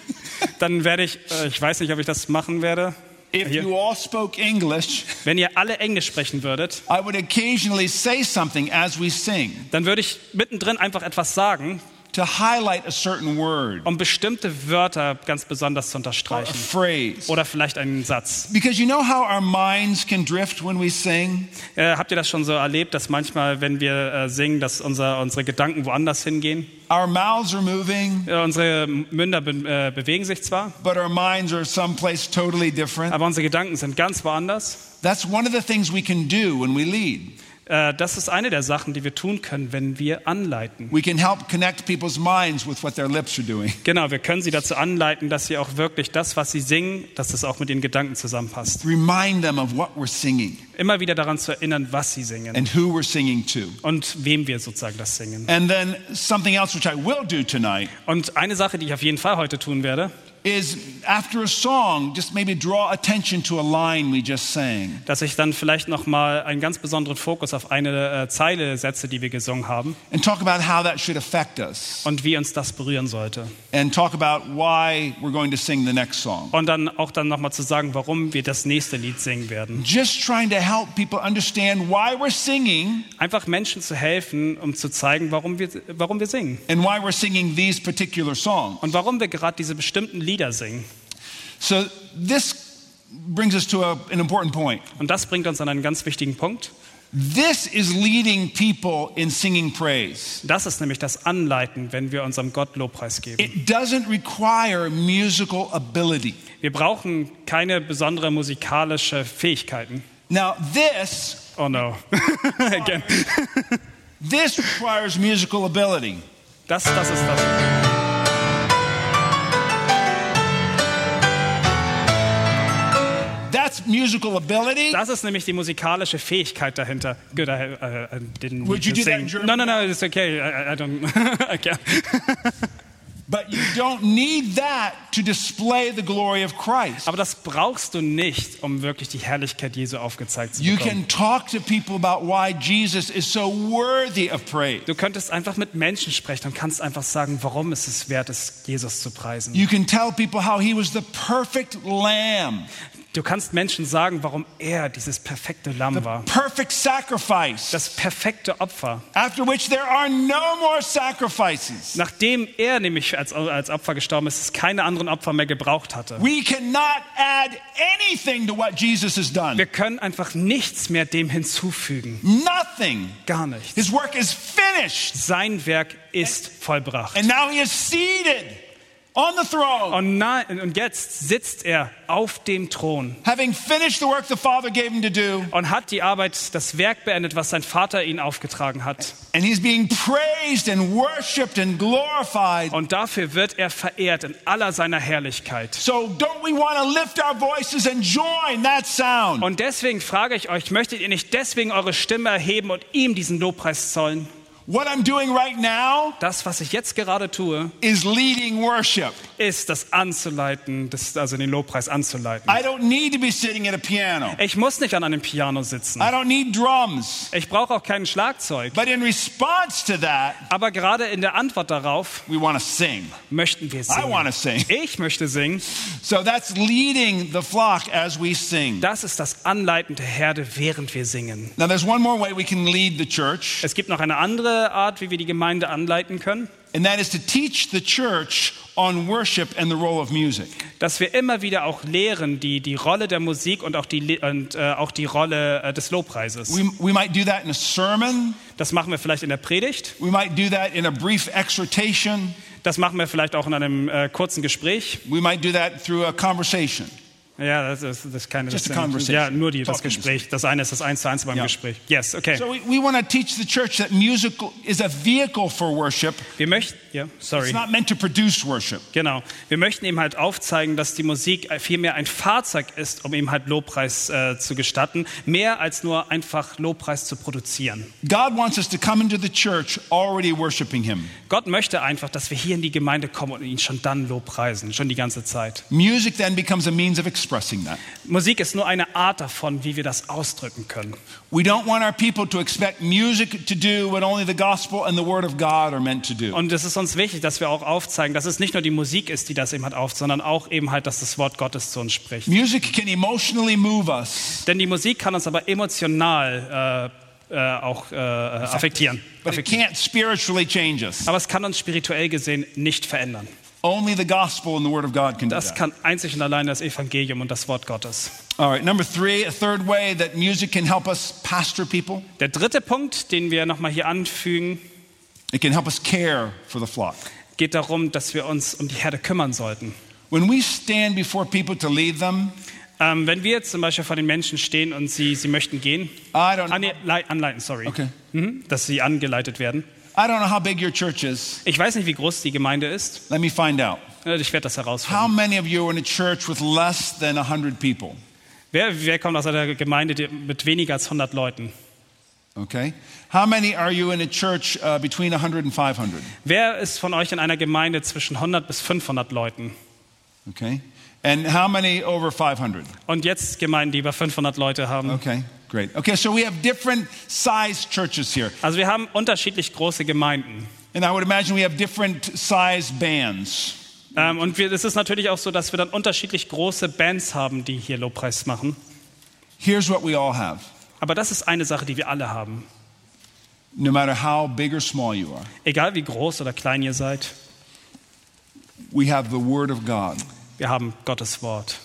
S2: dann werde ich, äh, ich weiß nicht, ob ich das machen werde.
S1: if
S2: Here.
S1: you all spoke English,
S2: Wenn ihr alle Englisch sprechen würdet,
S1: I would occasionally say something as we sing
S2: dann würde ich mittendrin einfach etwas sagen,
S1: to highlight a certain word
S2: um bestimmte Wörter ganz besonders zu
S1: or a
S2: unterstreichen.
S1: phrase.
S2: Oder vielleicht einen Satz.
S1: Because you know how our minds can drift when we sing?
S2: Äh, habt ihr das schon so erlebt, dass manchmal, wenn wir äh, singen, dass unser, unsere Gedanken woanders hingehen?
S1: Our mouths are moving,
S2: Äh, unsere Münder be äh, bewegen sich zwar,
S1: but our minds are someplace totally different.
S2: aber unsere Gedanken sind ganz woanders.
S1: That's one of the things we can do when we lead.
S2: Äh, das ist eine der Sachen, die wir tun können, wenn wir anleiten.
S1: We can help connect people's minds with what their lips are doing.
S2: Genau, wir können sie dazu anleiten, dass sie auch wirklich das, was sie singen, dass das auch mit ihren Gedanken zusammenpasst.
S1: Remind them of what we're singing
S2: Immer wieder daran zu erinnern, was sie singen
S1: and who we're singing to.
S2: und wem wir sozusagen das singen.
S1: And then something else which I will do tonight
S2: Und eine Sache, die ich auf jeden Fall heute tun werde,
S1: is after a song, just maybe draw attention to a line we just sang.
S2: dass ich dann vielleicht noch mal einen ganz besonderen Fokus auf eine äh, Zeile setze, die wir gesungen haben
S1: and talk about how that should affect us
S2: und wie uns das berühren sollte.
S1: and talk about why we're going to sing the next song.
S2: Und dann auch dann noch mal zu sagen, warum wir das nächste Lied singen werden.
S1: Just trying to help people understand why we're singing
S2: Einfach Menschen zu helfen, um zu zeigen, warum wir, warum wir singen
S1: and why we're singing these particular songs.
S2: und warum wir gerade diese bestimmten Lieder singen.
S1: So this brings us to a, an important point.
S2: Und das bringt uns an einen ganz wichtigen Punkt.
S1: This is leading people in singing praise.
S2: Das ist nämlich das Anleiten, wenn wir unserem Gott Lobpreis geben.
S1: It doesn't require musical ability.
S2: Wir brauchen keine besondere musikalische Fähigkeiten.
S1: Now this
S2: Oh no. Again.
S1: this requires musical ability.
S2: Das, das ist das.
S1: That's musical ability.
S2: Das ist nämlich die musikalische Fähigkeit dahinter. Good, I, I, I didn't
S1: Would
S2: need
S1: you
S2: to
S1: do that
S2: sing.
S1: in German?
S2: No, no, no, it's okay. I, I- I don't. I can't.
S1: But you don't need that to display the glory of Christ.
S2: Aber das brauchst du nicht, um wirklich die Herrlichkeit Jesu aufgezeigt zu
S1: You can
S2: bekommen.
S1: talk to people about why Jesus is so worthy of praise.
S2: du könntest einfach mit Menschen sprechen und kannst einfach sagen, warum es es wert ist, Jesus zu preisen.
S1: You can tell people how he was the perfect lamb,
S2: Du kannst Menschen sagen, warum er dieses perfekte Lamm war.
S1: perfect sacrifice,
S2: Das perfekte Opfer.
S1: after which there are no more sacrifices.
S2: Nachdem er nämlich als, als Opfer gestorben ist, es keine anderen Opfer mehr gebraucht hatte.
S1: We cannot add anything to what Jesus has done.
S2: Wir können einfach nichts mehr dem hinzufügen.
S1: Nothing.
S2: Gar nichts.
S1: His work is finished.
S2: Sein Werk ist vollbracht.
S1: And now he is seated on the throne,
S2: Und, na, und jetzt sitzt er auf dem Thron
S1: having finished the work the Father gave him to do.
S2: und hat die Arbeit, das Werk beendet, was sein Vater ihn aufgetragen hat.
S1: And he's being praised and worshiped and glorified.
S2: Und dafür wird er verehrt in aller seiner Herrlichkeit.
S1: So don't we want to lift our voices and join that sound?
S2: Und deswegen frage ich euch, möchtet ihr nicht deswegen eure Stimme erheben und ihm diesen Lobpreis zollen?
S1: What I'm doing right now
S2: Das, was ich jetzt gerade tue,
S1: is leading worship.
S2: ist das Anzuleiten, das, also den Lobpreis anzuleiten.
S1: I don't need to be sitting at a piano.
S2: Ich muss nicht an einem Piano sitzen.
S1: I don't need drums.
S2: Ich brauche auch kein Schlagzeug.
S1: But in response to that,
S2: Aber gerade in der Antwort darauf
S1: we want to sing.
S2: möchten wir
S1: I want
S2: singen.
S1: to sing.
S2: Ich möchte singen.
S1: So that's leading the flock as we sing.
S2: Das ist das Anleiten der Herde, während wir singen.
S1: Now, there's one more way we can lead the church,
S2: Es gibt noch eine andere Art, wie wir die Gemeinde anleiten können,
S1: and that is to teach the church on worship and the role of music.
S2: dass wir immer wieder auch lehren, die, die Rolle der Musik und auch die, Le- und, äh, auch die Rolle äh, des Lobpreises.
S1: We, we might do that in a sermon.
S2: Das machen wir vielleicht in der Predigt,
S1: We might do that in a brief exhortation.
S2: das machen wir vielleicht auch in einem äh, kurzen Gespräch.
S1: We might do that through a conversation.
S2: Ja, das ist das ist keine
S1: Just a
S2: das-
S1: conversation.
S2: Ja, nur die, das
S1: Talking.
S2: Gespräch. Das eine ist das eins zu eins beim
S1: Ja.
S2: Gespräch. Yes, okay.
S1: So we, we want to teach the church that music is a vehicle for worship.
S2: Wir möchten, ja, sorry.
S1: It's not meant to produce worship.
S2: Genau. Wir möchten eben halt aufzeigen, dass die Musik vielmehr ein Fahrzeug ist, um eben halt Lobpreis äh, zu gestatten, mehr als nur einfach Lobpreis zu produzieren.
S1: God wants us to come into the church already worshiping Him.
S2: Gott möchte einfach, dass wir hier in die Gemeinde kommen und ihn schon dann lobpreisen, schon die ganze Zeit.
S1: Music then becomes a means of expressing that.
S2: Musik ist nur eine Art davon, wie wir das ausdrücken können.
S1: We don't want our people to expect music to do what only the gospel and the word of God are meant to do.
S2: Und es ist uns wichtig, dass wir auch aufzeigen, dass es nicht nur die Musik ist, die das eben halt auf, sondern auch eben halt, dass das Wort Gottes zu uns spricht.
S1: Music can emotionally move us,
S2: Denn die Musik kann uns aber emotional äh, äh, auch äh, affektieren.
S1: but it can't spiritually change us.
S2: Aber es kann uns spirituell gesehen nicht verändern.
S1: Only the gospel and the word of God can do
S2: Das
S1: that.
S2: kann einzig und allein das Evangelium und das Wort Gottes.
S1: All right, number three, a third way that music can help us pastor people,
S2: Der dritte Punkt, den wir nochmal hier anfügen,
S1: it can help us care for the flock.
S2: geht darum, dass wir uns um die Herde kümmern sollten.
S1: When we stand before people to lead them,
S2: Ähm, wenn wir jetzt zum Beispiel vor den Menschen stehen und sie, sie möchten gehen,
S1: I don't,
S2: Ah, nee, lei- anleiten, sorry,
S1: Okay.
S2: mhm, dass sie angeleitet werden.
S1: I don't know how big your church is.
S2: Ich weiß nicht, wie groß die Gemeinde ist.
S1: Let me find out.
S2: Äh, Ich werde das herausfinden.
S1: How many of you are in a church with less than 100 people?
S2: Wer, wer kommt aus einer Gemeinde die, mit weniger als 100 Leuten?
S1: Okay. How many are you in a church uh, between 100 and 500?
S2: Wer ist von euch in einer Gemeinde zwischen 100 bis 500 Leuten?
S1: Okay. And how many over 500?
S2: Und jetzt Gemeinden, die über 500 Leute haben.
S1: Okay, great. Okay, so we have different sized churches here.
S2: Also wir haben unterschiedlich große Gemeinden.
S1: And I would imagine we have different sized bands.
S2: Ähm, und wir- es ist natürlich auch so, dass wir dann unterschiedlich große Bands haben, die hier Lobpreis machen.
S1: Here's what we all have,
S2: Aber das ist eine Sache, die wir alle haben.
S1: no matter how big or small you are.
S2: Egal wie groß oder klein ihr seid,
S1: We have the Word of God,
S2: wir haben Gottes Wort.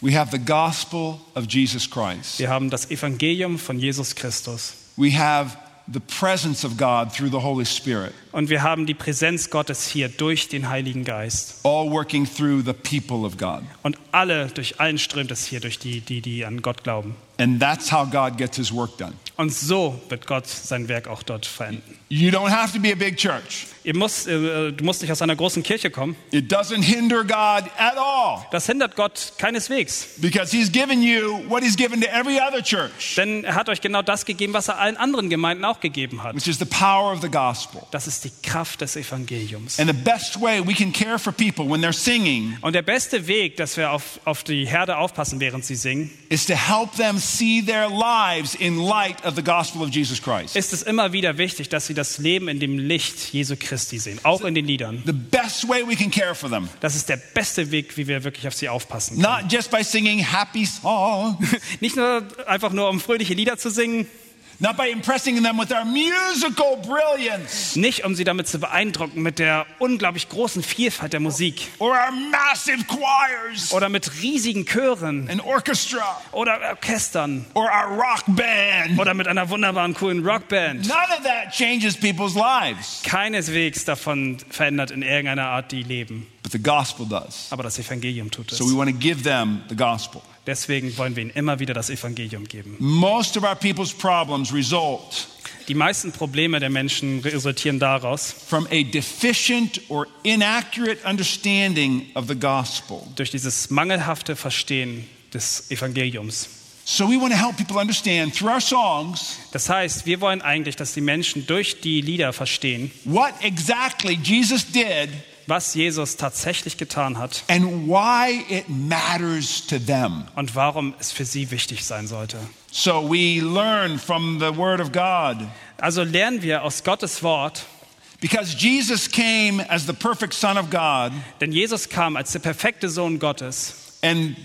S1: we have the gospel of Jesus Christ,
S2: Wir haben das Evangelium von Jesus Christus.
S1: we have the presence of God through the Holy Spirit,
S2: Und wir haben die Präsenz Gottes hier durch den Heiligen Geist.
S1: all working through the people of God.
S2: Und alle, durch allen strömt es hier, durch die, die, die an Gott glauben.
S1: And that's how God gets his work done.
S2: Und so wird Gott sein Werk auch dort verenden.
S1: You don't have to be a big church.
S2: Ihr müsst, äh, du musst nicht aus einer großen Kirche kommen.
S1: It doesn't hinder God at all
S2: Das hindert Gott keineswegs.
S1: because He's given you what He's given to every other church,
S2: Denn er hat euch genau das gegeben, was er allen anderen Gemeinden auch gegeben hat.
S1: which is the power of the gospel.
S2: Das ist die Kraft des Evangeliums.
S1: And the best way we can care for people when they're singing
S2: Und der beste Weg, dass wir auf, auf die Herde aufpassen, während sie singen,
S1: is to help them see their lives in light of the gospel of Jesus Christ.
S2: ist es immer wieder wichtig, dass sie das Leben in dem Licht Jesu Christi sehen, auch in den Liedern.
S1: The best way we can care for them,
S2: Das ist der beste Weg, wie wir wirklich auf sie aufpassen können.
S1: not just by singing happy songs,
S2: Nicht nur einfach nur, um fröhliche Lieder zu singen,
S1: not by impressing them with our musical brilliance
S2: nicht um sie damit zu beeindrucken mit der unglaublich großen Vielfalt der Musik
S1: or our massive choirs
S2: oder mit riesigen Chören
S1: and orchestra
S2: oder Orchestern
S1: or our rock band.
S2: oder mit einer wunderbaren, coolen Rockband.
S1: None of that changes people's lives,
S2: Keineswegs davon verändert in irgendeiner Art die Leben,
S1: but the gospel does.
S2: aber das Evangelium tut es.
S1: So we want to give them the gospel.
S2: Deswegen wollen wir ihnen immer wieder das Evangelium geben.
S1: Most of our people's problems result
S2: Die meisten Probleme der Menschen resultieren daraus,
S1: from a deficient or inaccurate understanding of the gospel.
S2: durch dieses mangelhafte Verstehen des Evangeliums.
S1: So we want to help people understand through our songs
S2: Das heißt, wir wollen eigentlich, dass die Menschen durch die Lieder verstehen,
S1: what exactly Jesus did
S2: was Jesus tatsächlich getan hat
S1: and why it matters to them.
S2: und warum es für sie wichtig sein sollte.
S1: So we learn from the Word of God.
S2: Also lernen wir aus Gottes Wort,
S1: Because Jesus came as the perfect Son of God
S2: denn Jesus kam als der perfekte Sohn Gottes
S1: and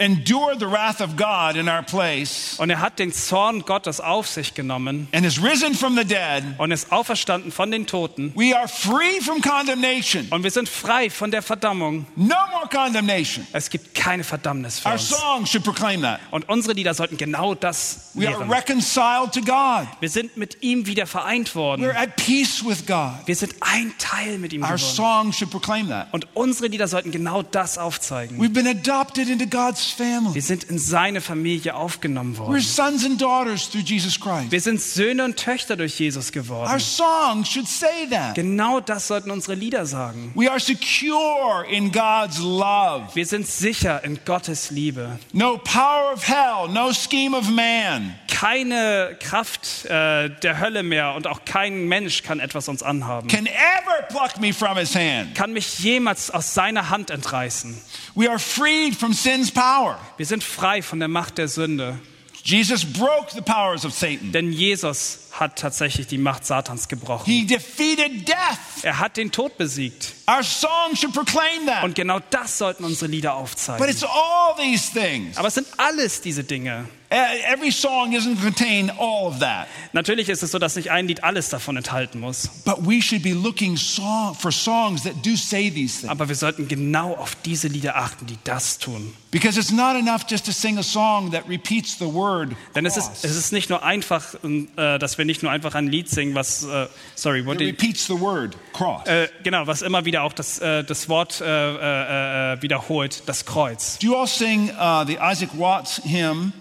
S1: endured the wrath of God in our place
S2: und er hat den Zorn Gottes auf sich genommen
S1: and is risen from the dead,
S2: und ist auferstanden von den Toten.
S1: we are free from condemnation.
S2: Und wir sind frei von der Verdammung.
S1: No more condemnation.
S2: Es gibt keine Verdammnis für
S1: Our
S2: uns.
S1: song should proclaim that.
S2: Und unsere Lieder sollten genau das
S1: We are
S2: lehren.
S1: reconciled to God.
S2: Wir sind mit ihm wieder vereint
S1: We're
S2: worden.
S1: at peace with God.
S2: Wir sind ein Teil mit ihm
S1: Our
S2: geworden.
S1: song should proclaim that.
S2: Und unsere Lieder sollten genau das aufzeigen.
S1: We've been adopted into God's family.
S2: Wir sind in seine Familie aufgenommen
S1: We're
S2: worden.
S1: sons and daughters through Jesus Christ.
S2: Wir sind Söhne und Töchter durch Jesus
S1: Our
S2: geworden.
S1: song should say that.
S2: Genau das sollten unsere Lieder sagen.
S1: We are secure in God's love.
S2: Wir sind sicher in Gottes Liebe.
S1: No power of hell, no scheme of man
S2: Keine Kraft äh, der Hölle mehr und auch kein Mensch kann etwas uns anhaben.
S1: can ever pluck me from his hand.
S2: Kann mich jemals aus seiner Hand entreißen.
S1: We are freed from sin's power.
S2: Wir sind frei von der Macht der Sünde.
S1: Jesus broke the powers of Satan.
S2: Denn Jesus hat tatsächlich die Macht Satans gebrochen.
S1: He defeated death.
S2: Er hat den Tod besiegt.
S1: Our song should proclaim that.
S2: Und genau das sollten unsere Lieder
S1: But
S2: aufzeigen.
S1: it's all these things. Uh,
S2: Aber es sind alles diese Dinge.
S1: Every song isn't going to contain all of that.
S2: Natürlich ist es so, dass nicht ein Lied alles davon enthalten muss.
S1: But we should be looking song, for songs that do say these things.
S2: Aber wir sollten genau auf diese Lieder achten, die das tun.
S1: Because it's not enough just to sing a song that repeats the word.
S2: Denn es ist,
S1: cross.
S2: es ist nicht nur einfach, äh, dass wir nicht nur einfach ein Lied singen, was, äh, sorry, what
S1: It
S2: did,
S1: repeats the word cross.
S2: äh, genau, was immer wieder auch das, äh, das Wort äh, äh, äh, wiederholt, das Kreuz.
S1: Do you all sing uh, the Isaac Watts hymn,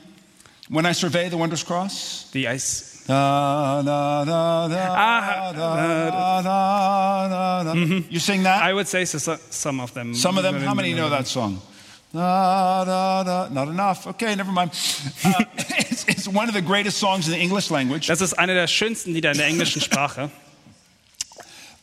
S1: When I Survey the Wondrous Cross?
S2: Die Eis.
S1: Da, da, da, da,
S2: Ah,
S1: da, da, da, da. You sing that?
S2: Mm-hmm. I would say so, so- some of them.
S1: Some of them, how many know that song? Da, da, da. Not enough. Okay, never mind. Uh, it's, it's one of the greatest songs in the English language,
S2: Das ist eine der schönsten Lieder in der englischen Sprache,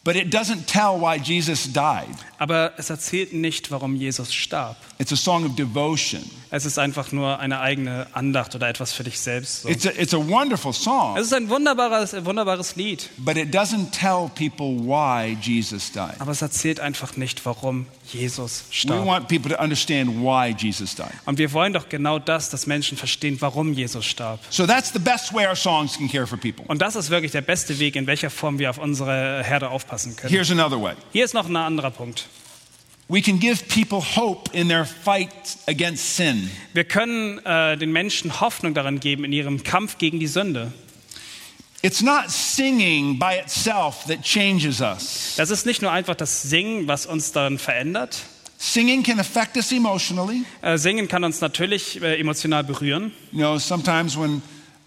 S1: but it doesn't tell why Jesus died.
S2: aber es erzählt nicht, warum Jesus starb.
S1: It's a song of devotion.
S2: Es ist einfach nur eine eigene Andacht oder etwas für dich selbst. So.
S1: It's a, it's a wonderful song,
S2: Es ist ein wunderbares, wunderbares Lied,
S1: but it doesn't tell people why Jesus died.
S2: aber es erzählt einfach nicht, warum Jesus
S1: We
S2: starb.
S1: want people to understand why Jesus died.
S2: Und wir wollen doch genau das, dass Menschen verstehen, warum Jesus starb.
S1: So that's the best way our songs can care for people.
S2: Und das ist wirklich der beste Weg, in welcher Form wir auf unsere Herde aufpassen können.
S1: Here's another way
S2: Hier ist noch ein anderer Punkt.
S1: we can give people hope in their fight against sin.
S2: Wir können äh, den Menschen Hoffnung daran geben in ihrem Kampf gegen die Sünde.
S1: It's not singing by itself that changes us.
S2: Das ist nicht nur einfach das Singen, was uns dann verändert.
S1: Singing can affect us emotionally.
S2: Äh, Singen kann uns natürlich äh, emotional berühren.
S1: You know, sometimes when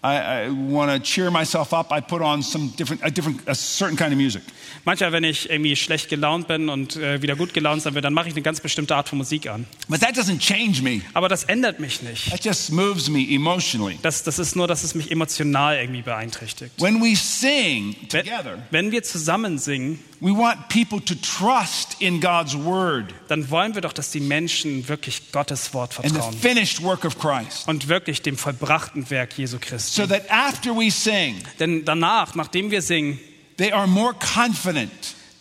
S1: I, I want to cheer myself up, I put on some different, a different, a certain kind of music.
S2: Manchmal, wenn ich irgendwie schlecht gelaunt bin und äh, wieder gut gelaunt sein will, dann mache ich eine ganz bestimmte Art von Musik an.
S1: But that doesn't change me.
S2: Aber das ändert mich nicht.
S1: That just moves me emotionally.
S2: Das, das ist nur, dass es mich emotional irgendwie beeinträchtigt.
S1: When we sing
S2: Wenn,
S1: together,
S2: wenn wir zusammen singen,
S1: we want people to trust in God's word
S2: dann wollen wir doch, dass die Menschen wirklich Gottes Wort
S1: and the
S2: vertrauen
S1: finished work of Christ.
S2: und wirklich dem vollbrachten Werk Jesu Christi.
S1: so that after we sing,
S2: Denn danach, nachdem wir singen,
S1: they are more confident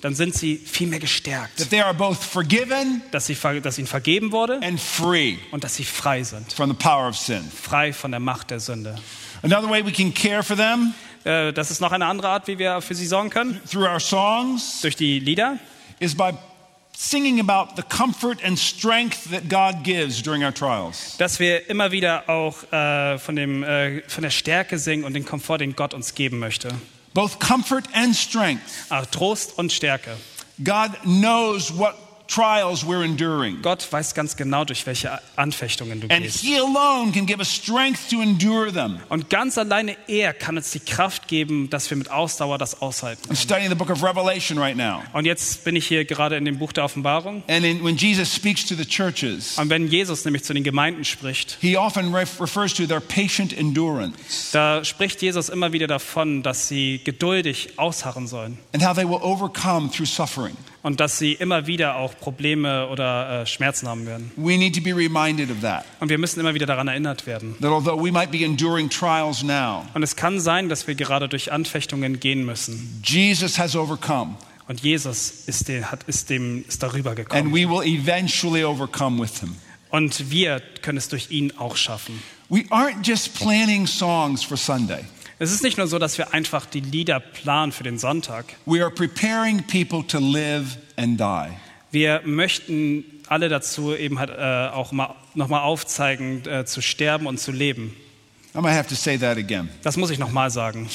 S2: dann sind sie viel mehr gestärkt,
S1: that they are both forgiven
S2: dass, sie, ver- dass ihnen vergeben wurde
S1: and free
S2: und dass sie frei sind,
S1: from the power of sin.
S2: frei von der Macht der Sünde.
S1: Another way we can care for them
S2: Äh, Das ist noch eine andere Art, wie wir für sie sorgen können,
S1: through our songs
S2: durch die Lieder.
S1: is by singing about the comfort and strength that God gives during our trials.
S2: dass wir immer wieder auch äh, von, dem, äh, von der Stärke singen und den Komfort, den Gott uns geben möchte.
S1: Both comfort and strength.
S2: Ah, Trost und Stärke.
S1: God knows what trials we're enduring.
S2: Gott weiß ganz genau, durch welche Anfechtungen du
S1: And
S2: gehst.
S1: He alone can give us strength to endure them.
S2: Und ganz alleine er kann uns die Kraft geben, dass wir mit Ausdauer das aushalten.
S1: I'm studying the book of Revelation right now.
S2: Und jetzt bin ich hier gerade in dem Buch der Offenbarung.
S1: And in, when Jesus speaks to the churches,
S2: Und wenn Jesus nämlich zu den Gemeinden spricht,
S1: He often ref- refers to their patient endurance
S2: da spricht Jesus immer wieder davon, dass sie geduldig ausharren sollen
S1: and how they will overcome through suffering.
S2: und dass sie immer wieder auch Probleme oder äh, Schmerzen haben werden.
S1: We need to be reminded of that,
S2: Und wir müssen immer wieder daran erinnert werden.
S1: that although we might be enduring trials now,
S2: Und es kann sein, dass wir gerade durch Anfechtungen gehen müssen.
S1: Jesus has overcome
S2: Und Jesus ist, dem, hat, ist, dem, ist darüber gekommen.
S1: and we will eventually overcome with Him.
S2: Und wir können es durch ihn auch schaffen.
S1: We aren't just planning songs for Sunday,
S2: Es ist nicht nur so, dass wir einfach die Lieder planen für den Sonntag.
S1: we are preparing people to live and die.
S2: Wir möchten alle dazu eben halt, äh, auch mal, nochmal aufzeigen, äh, zu sterben und zu leben.
S1: I might have to say that again.
S2: Das muss ich nochmal sagen.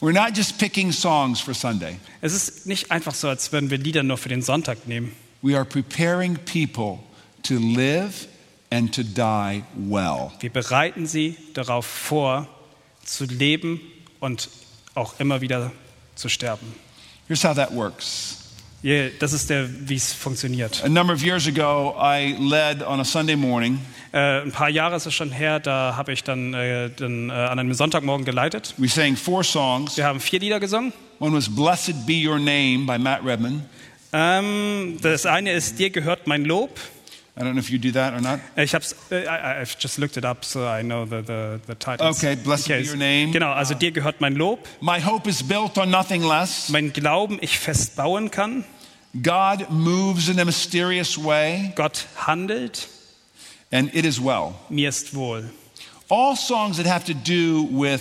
S1: We're not just picking songs for Sunday,
S2: Es ist nicht einfach so, als würden wir Lieder nur für den Sonntag nehmen.
S1: we are preparing people to live and to die well.
S2: Wir bereiten sie darauf vor, zu leben und auch immer wieder zu sterben.
S1: Here's how that works.
S2: Ja, das ist der, wie es funktioniert.
S1: A number of years ago, I led on a Sunday morning.
S2: Äh, ein paar Jahre ist es schon her, da habe ich dann, äh, dann äh, an einem Sonntagmorgen geleitet.
S1: We sang four songs.
S2: Wir haben vier Lieder gesungen.
S1: One was Blessed Be Your Name by Matt Redman.
S2: Ähm, das eine ist Dir gehört mein Lob.
S1: I don't know if you do that or not.
S2: Äh, Ich hab's, äh, I, I've just looked it up, so I know the, the, the titles.
S1: Okay, blessed be your name.
S2: Genau, also Dir gehört mein Lob.
S1: My hope is built on nothing less.
S2: Mein Glauben ich festbauen kann.
S1: God moves in a mysterious way,
S2: Gott handelt,
S1: and it is well.
S2: mir ist wohl.
S1: All songs that have to do with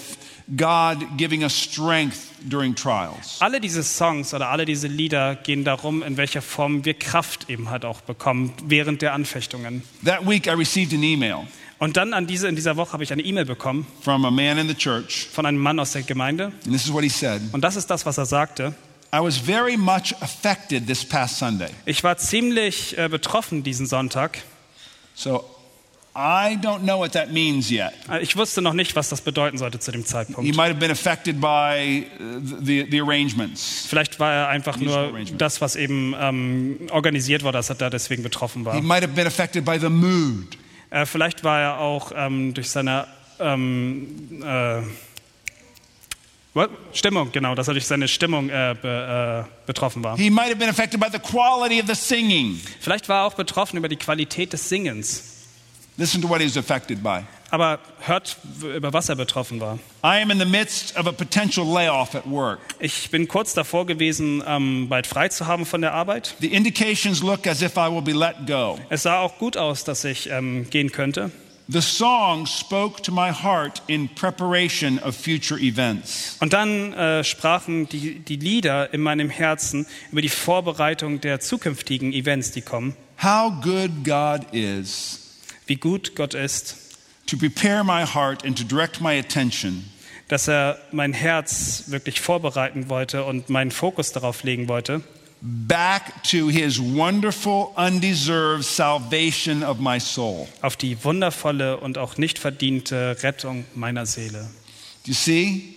S1: God giving us strength during trials.
S2: Alle diese Songs oder alle diese Lieder gehen darum, in welcher Form wir Kraft eben halt auch bekommen während der Anfechtungen.
S1: That week, I received an email
S2: Und dann an diese, in dieser Woche habe ich eine E-Mail bekommen
S1: from a man in the church,
S2: von einem Mann aus der Gemeinde.
S1: and this is what he said
S2: Und das ist das, was er sagte.
S1: I was very much affected this past Sunday.
S2: Ich war ziemlich äh, betroffen diesen Sonntag.
S1: So I don't know what that means yet.
S2: Äh, Ich wusste noch nicht, was das bedeuten sollte zu dem Zeitpunkt.
S1: He might have been affected by uh, the, the arrangements.
S2: Vielleicht war er einfach
S1: Unusual
S2: nur
S1: arrangement.
S2: das, was eben ähm, organisiert war, dass er da deswegen betroffen
S1: He
S2: war.
S1: might have been affected by the mood.
S2: Äh, vielleicht war er auch ähm, durch seine ähm, äh, what? Stimmung, genau, dass er durch seine Stimmung äh, be, äh, betroffen war.
S1: He might have been affected by the quality of the singing.
S2: Vielleicht war er auch betroffen über die Qualität des Singens.
S1: Listen to what he was affected by.
S2: Aber hört, w- über was er betroffen war.
S1: I am in the midst of a potential layoff at work.
S2: Ich bin kurz davor gewesen, ähm, bald frei zu haben von der Arbeit.
S1: The indications look as if I will be let go.
S2: Es sah auch gut aus, dass ich ähm, gehen könnte.
S1: The song spoke to my heart in preparation of future events.
S2: Und dann äh, sprachen die, die Lieder in meinem Herzen über die Vorbereitung der zukünftigen Events, die kommen.
S1: How good God is
S2: Wie gut Gott ist,
S1: to prepare my heart and to direct my attention
S2: dass er mein Herz wirklich vorbereiten wollte und meinen Fokus darauf legen wollte,
S1: back to his wonderful, undeserved salvation of my soul.
S2: auf die wundervolle und auch nicht verdiente Rettung meiner Seele.
S1: Do you see?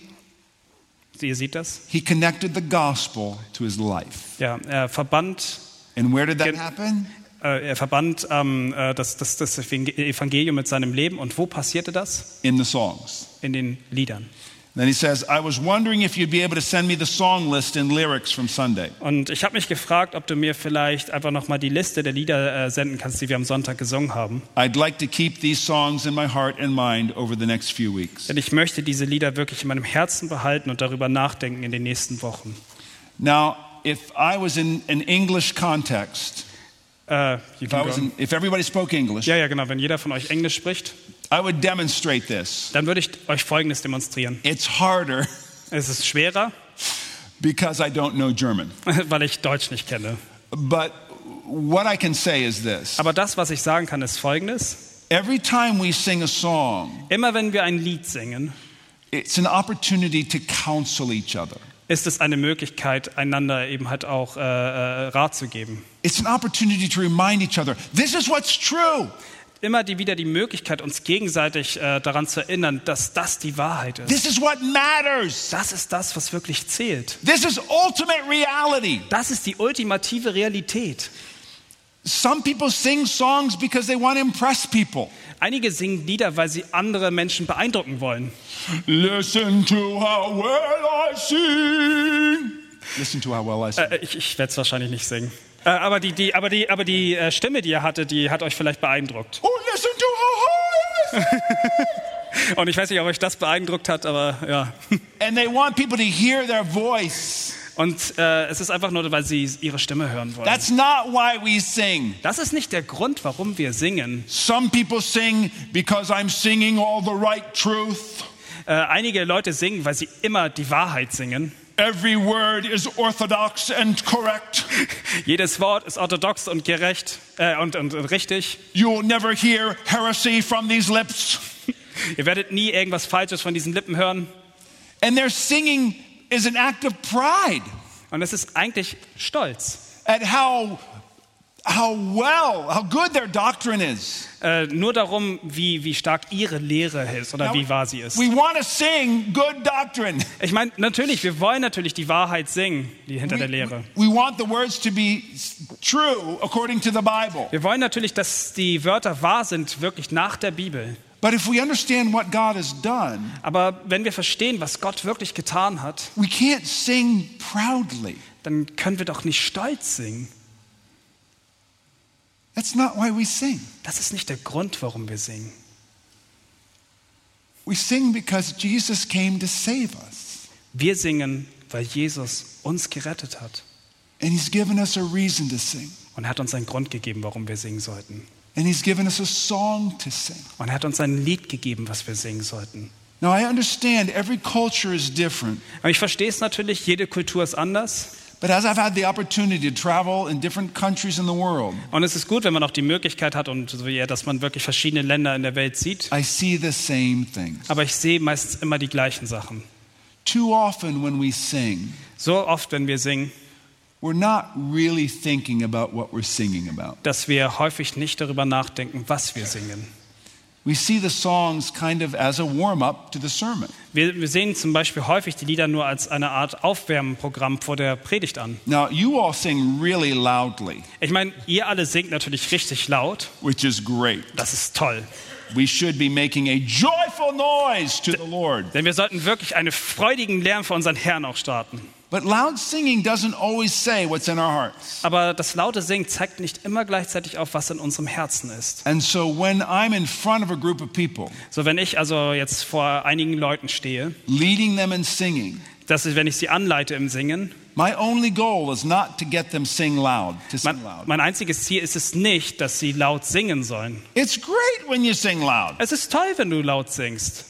S2: Ihr seht das?
S1: He connected the gospel to his life.
S2: Ja, er verband,
S1: And where did that
S2: Can-
S1: happen?
S2: äh, er verband ähm, äh, das, das, das Evangelium mit seinem Leben. Und wo passierte das?
S1: In the songs.
S2: In den Liedern.
S1: Then he says, I was wondering if you'd be able to send me the song list and lyrics from Sunday.
S2: Und ich habe mich gefragt, ob du mir vielleicht einfach nochmal die Liste der Lieder äh, senden kannst, die wir am Sonntag gesungen haben.
S1: I'd like to keep these songs in my heart and mind over the next few weeks.
S2: Denn ich möchte diese Lieder wirklich in meinem Herzen behalten und darüber nachdenken in den nächsten Wochen.
S1: Now, if I was in an English context,
S2: Äh, you
S1: if, I
S2: can
S1: was
S2: go.
S1: in, if everybody spoke English,
S2: ja, ja, genau. Wenn jeder von euch Englisch spricht,
S1: I would demonstrate this.
S2: dann würde ich euch Folgendes demonstrieren.
S1: It's harder
S2: Es ist schwerer,
S1: because I don't know German.
S2: weil ich Deutsch nicht kenne.
S1: But what I can say is this
S2: Aber das, was ich sagen kann, ist Folgendes.
S1: every time we sing a song,
S2: Immer wenn wir ein Lied singen,
S1: it's an opportunity to counsel each other.
S2: ist es eine Möglichkeit, einander eben halt auch äh, äh, Rat zu geben.
S1: It's an opportunity to remind each other this is what's true.
S2: immer die, wieder die Möglichkeit, uns gegenseitig äh, daran zu erinnern, dass das die Wahrheit ist.
S1: This is what matters.
S2: Das ist das, was wirklich zählt.
S1: This is ultimate reality.
S2: Das ist die ultimative Realität.
S1: Some people sing songs because they want to impress people.
S2: Einige singen Lieder, weil sie andere Menschen beeindrucken wollen.
S1: Listen to how well I sing. Listen to how well I sing.
S2: Äh, ich ich werde es wahrscheinlich nicht singen. Äh, aber die, die, aber die, aber die äh, Stimme, die ihr hatte, die hat euch vielleicht beeindruckt.
S1: oh, listen to how high I sing.
S2: Und ich weiß nicht, ob euch das beeindruckt hat, aber ja.
S1: And they want people to hear their voice.
S2: Und äh, es ist einfach nur, weil sie ihre Stimme hören wollen.
S1: That's not why we sing.
S2: das ist nicht der Grund, warum wir singen.
S1: Some people sing because I'm singing all the right truth.
S2: Äh, einige Leute singen, weil sie immer die Wahrheit singen.
S1: Every word is orthodox and correct.
S2: Jedes Wort ist orthodox und gerecht äh, und, und, und richtig.
S1: You will never hear heresy from these lips.
S2: Ihr werdet nie irgendwas Falsches von diesen Lippen hören.
S1: And their singing is an act of pride
S2: Und es ist eigentlich Stolz.
S1: at how, how well, how good their doctrine is.
S2: Äh, nur darum, wie, wie stark ihre Lehre ist oder wie wahr sie ist.
S1: We want to sing good doctrine.
S2: Ich meine, natürlich, wir wollen natürlich die Wahrheit singen, die hinter der
S1: We,
S2: Lehre.
S1: we want the words to be s- true according to the Bible.
S2: Wir wollen natürlich, dass die Wörter wahr sind, wirklich nach der Bibel.
S1: But if we understand what God has done,
S2: Aber wenn wir verstehen, was Gott wirklich getan hat,
S1: we can't sing proudly.
S2: dann können wir doch nicht stolz singen.
S1: That's not why we sing.
S2: Das ist nicht der Grund, warum wir singen.
S1: We sing because Jesus came to save us,
S2: Wir singen, weil Jesus uns gerettet hat.
S1: and He's given us a reason to sing,
S2: Und er hat uns einen Grund gegeben, warum wir singen sollten.
S1: and He's given us a song to sing.
S2: Und er hat uns ein Lied gegeben, was wir singen sollten.
S1: Now, I understand every culture is different,
S2: Aber ich verstehe es natürlich, jede Kultur ist anders.
S1: But as I've had the opportunity to travel in different countries in the world,
S2: Und es ist gut, wenn man auch die Möglichkeit hat und so wie er, dass man wirklich verschiedene Länder in der Welt sieht.
S1: I see the same things.
S2: Aber ich sehe meistens immer die gleichen Sachen.
S1: Too often when we sing,
S2: So oft, wenn wir singen,
S1: we're not really thinking about what we're singing about.
S2: dass wir häufig nicht darüber nachdenken, was wir singen.
S1: We see the songs kind of as a warm up to the sermon.
S2: Wir, wir sehen zum Beispiel häufig die Lieder nur als eine Art Aufwärmprogramm vor der Predigt an.
S1: Now, you all sing really loudly,
S2: Ich meine, ihr alle singt natürlich richtig laut.
S1: which is great.
S2: Das ist toll.
S1: We should be making a joyful noise to the Lord.
S2: Denn wir sollten wirklich einen freudigen Lärm für unseren Herrn auch starten.
S1: But loud singing doesn't always say what's in our hearts.
S2: Aber das laute Singen zeigt nicht immer gleichzeitig auf, was in unserem Herzen ist.
S1: And so when I'm in front of a group of people,
S2: So, wenn ich also jetzt vor einigen Leuten stehe,
S1: leading them in singing,
S2: dass ich, wenn ich sie anleite im Singen,
S1: my only goal is not to get them sing loud, to sing
S2: mein,
S1: loud.
S2: mein einziges Ziel ist es nicht, dass sie laut singen sollen.
S1: It's great when you sing loud,
S2: Es ist toll, wenn du laut singst.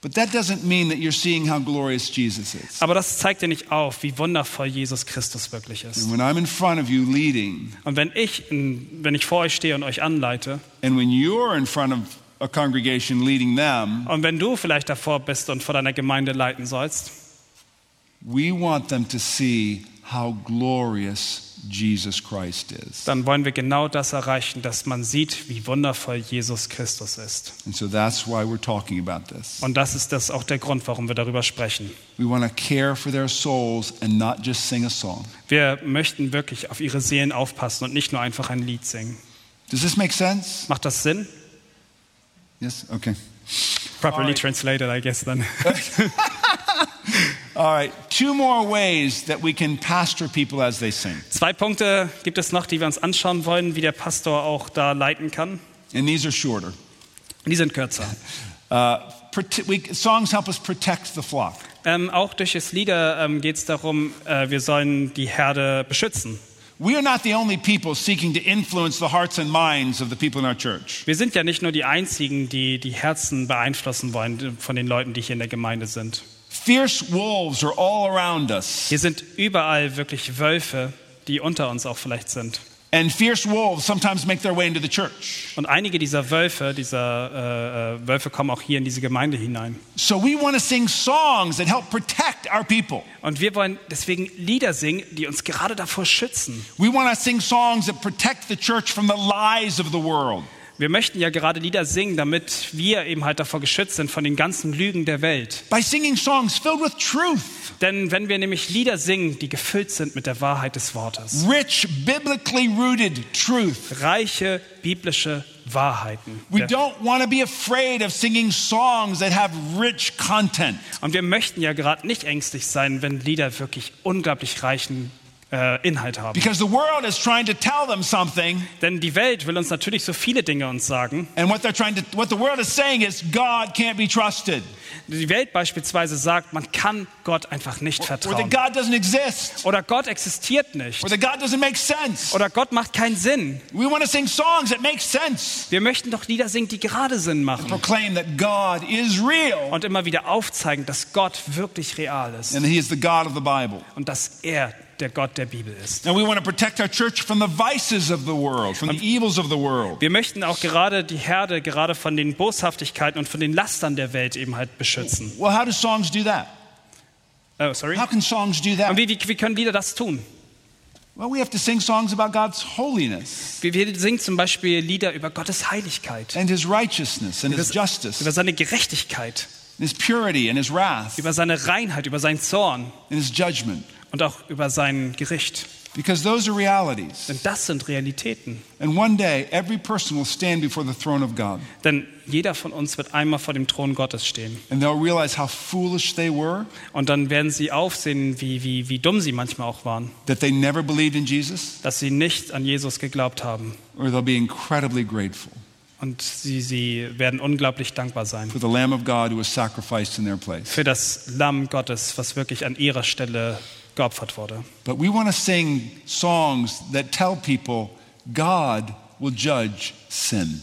S1: but that doesn't mean that you're seeing how glorious Jesus is.
S2: Aber das zeigt dir nicht auf, wie wundervoll Jesus Christus wirklich ist.
S1: And when I'm in front of you leading,
S2: Und wenn ich, in, wenn ich vor euch stehe und euch anleite,
S1: and when you're in front of a congregation leading them,
S2: und wenn du vielleicht davor bist und vor deiner Gemeinde leiten sollst,
S1: we want them to see how glorious Jesus Christ is.
S2: dann wollen wir genau das erreichen, dass man sieht, wie wundervoll Jesus Christus ist.
S1: And so that's why we're talking about this.
S2: Und das ist das auch der Grund, warum wir darüber sprechen.
S1: We want to care for their souls and not just sing a song.
S2: Wir möchten wirklich auf ihre Seelen aufpassen und nicht nur einfach ein Lied singen.
S1: Does this make sense?
S2: Macht das Sinn?
S1: Yes? Okay.
S2: Properly translated, I guess then.
S1: All right. Two more ways that we can pastor people as they sing.
S2: Zwei Punkte gibt es noch, die wir uns anschauen wollen, wie der Pastor auch da leiten kann.
S1: And these are shorter.
S2: Die sind kürzer.
S1: Uh, prote- we, songs help us protect the flock.
S2: Ähm, auch durch das Lieder ähm, geht es darum, äh, wir sollen die Herde beschützen.
S1: We are not the only people seeking to influence the hearts and minds of the people in our church.
S2: Wir sind ja nicht nur die Einzigen, die die Herzen beeinflussen wollen äh, von den Leuten, die hier in der Gemeinde sind.
S1: Fierce wolves are all around us.
S2: Hier sind überall wirklich Wölfe, die unter uns auch vielleicht sind.
S1: And fierce wolves sometimes make their way into the church.
S2: Und einige dieser Wölfe, dieser äh, äh, Wölfe kommen auch hier in diese Gemeinde hinein.
S1: So we want to sing songs that help protect our people.
S2: Und wir wollen deswegen Lieder singen, die uns gerade davor schützen.
S1: We want to sing songs that protect the church from the lies of the world.
S2: Wir möchten ja gerade Lieder singen, damit wir eben halt davor geschützt sind von den ganzen Lügen der Welt.
S1: By singing songs filled with truth,
S2: Denn wenn wir nämlich Lieder singen, die gefüllt sind mit der Wahrheit des Wortes,
S1: rich, biblically rooted truth,
S2: reiche biblische Wahrheiten.
S1: we
S2: Der-
S1: don't want to be afraid of singing songs that have rich content.
S2: Und wir möchten ja gerade nicht ängstlich sein, wenn Lieder wirklich unglaublich reichen äh, Inhalt haben.
S1: Because the world is trying to tell them something,
S2: Denn die Welt will uns natürlich so viele Dinge uns sagen.
S1: and what they're trying to what the world is saying is God can't be trusted.
S2: Die Welt beispielsweise sagt, man kann Gott einfach nicht
S1: Or that
S2: vertrauen.
S1: God doesn't exist.
S2: Oder Gott existiert nicht.
S1: Or that God doesn't make sense.
S2: Oder Gott macht keinen Sinn.
S1: We want to sing songs that make sense,
S2: Wir möchten doch Lieder singen, die gerade Sinn machen.
S1: proclaim that God is real
S2: Und immer wieder aufzeigen, dass Gott wirklich real ist.
S1: and He is the God of the Bible.
S2: Und dass er der Gott der Bibel ist.
S1: And we want to protect our church from the vices of the world, from the evils of the world.
S2: Wir möchten auch gerade die Herde, gerade von den Boshaftigkeiten und von den Lastern der Welt eben halt beschützen.
S1: Well, how do songs do that?
S2: Oh, sorry.
S1: How can songs do
S2: Und
S1: that?
S2: wie, wie, wie können Lieder das tun?
S1: Well, we have to sing songs about God's holiness
S2: Wir, wir singen zum Beispiel Lieder über Gottes Heiligkeit,
S1: and His righteousness and His justice,
S2: über
S1: and
S2: seine Gerechtigkeit,
S1: His purity and His wrath
S2: über seine Reinheit, über seinen Zorn
S1: and His judgment.
S2: und auch über sein Gericht.
S1: Because those are realities.
S2: Denn das sind Realitäten.
S1: And one day, every person will stand before the throne of God
S2: Denn jeder von uns wird einmal vor dem Thron Gottes stehen.
S1: and they'll realize how foolish they were,
S2: Und dann werden sie aufsehen, wie, wie, wie dumm sie manchmal auch waren,
S1: that they never believed in Jesus,
S2: dass sie nicht an Jesus geglaubt haben.
S1: or they'll be incredibly grateful
S2: Und sie, sie werden unglaublich dankbar sein
S1: for the Lamb of God who was sacrificed in their place.
S2: für das Lamm Gottes, was wirklich an ihrer Stelle geopfert wurde.
S1: But we want to sing songs that tell people God will judge sin.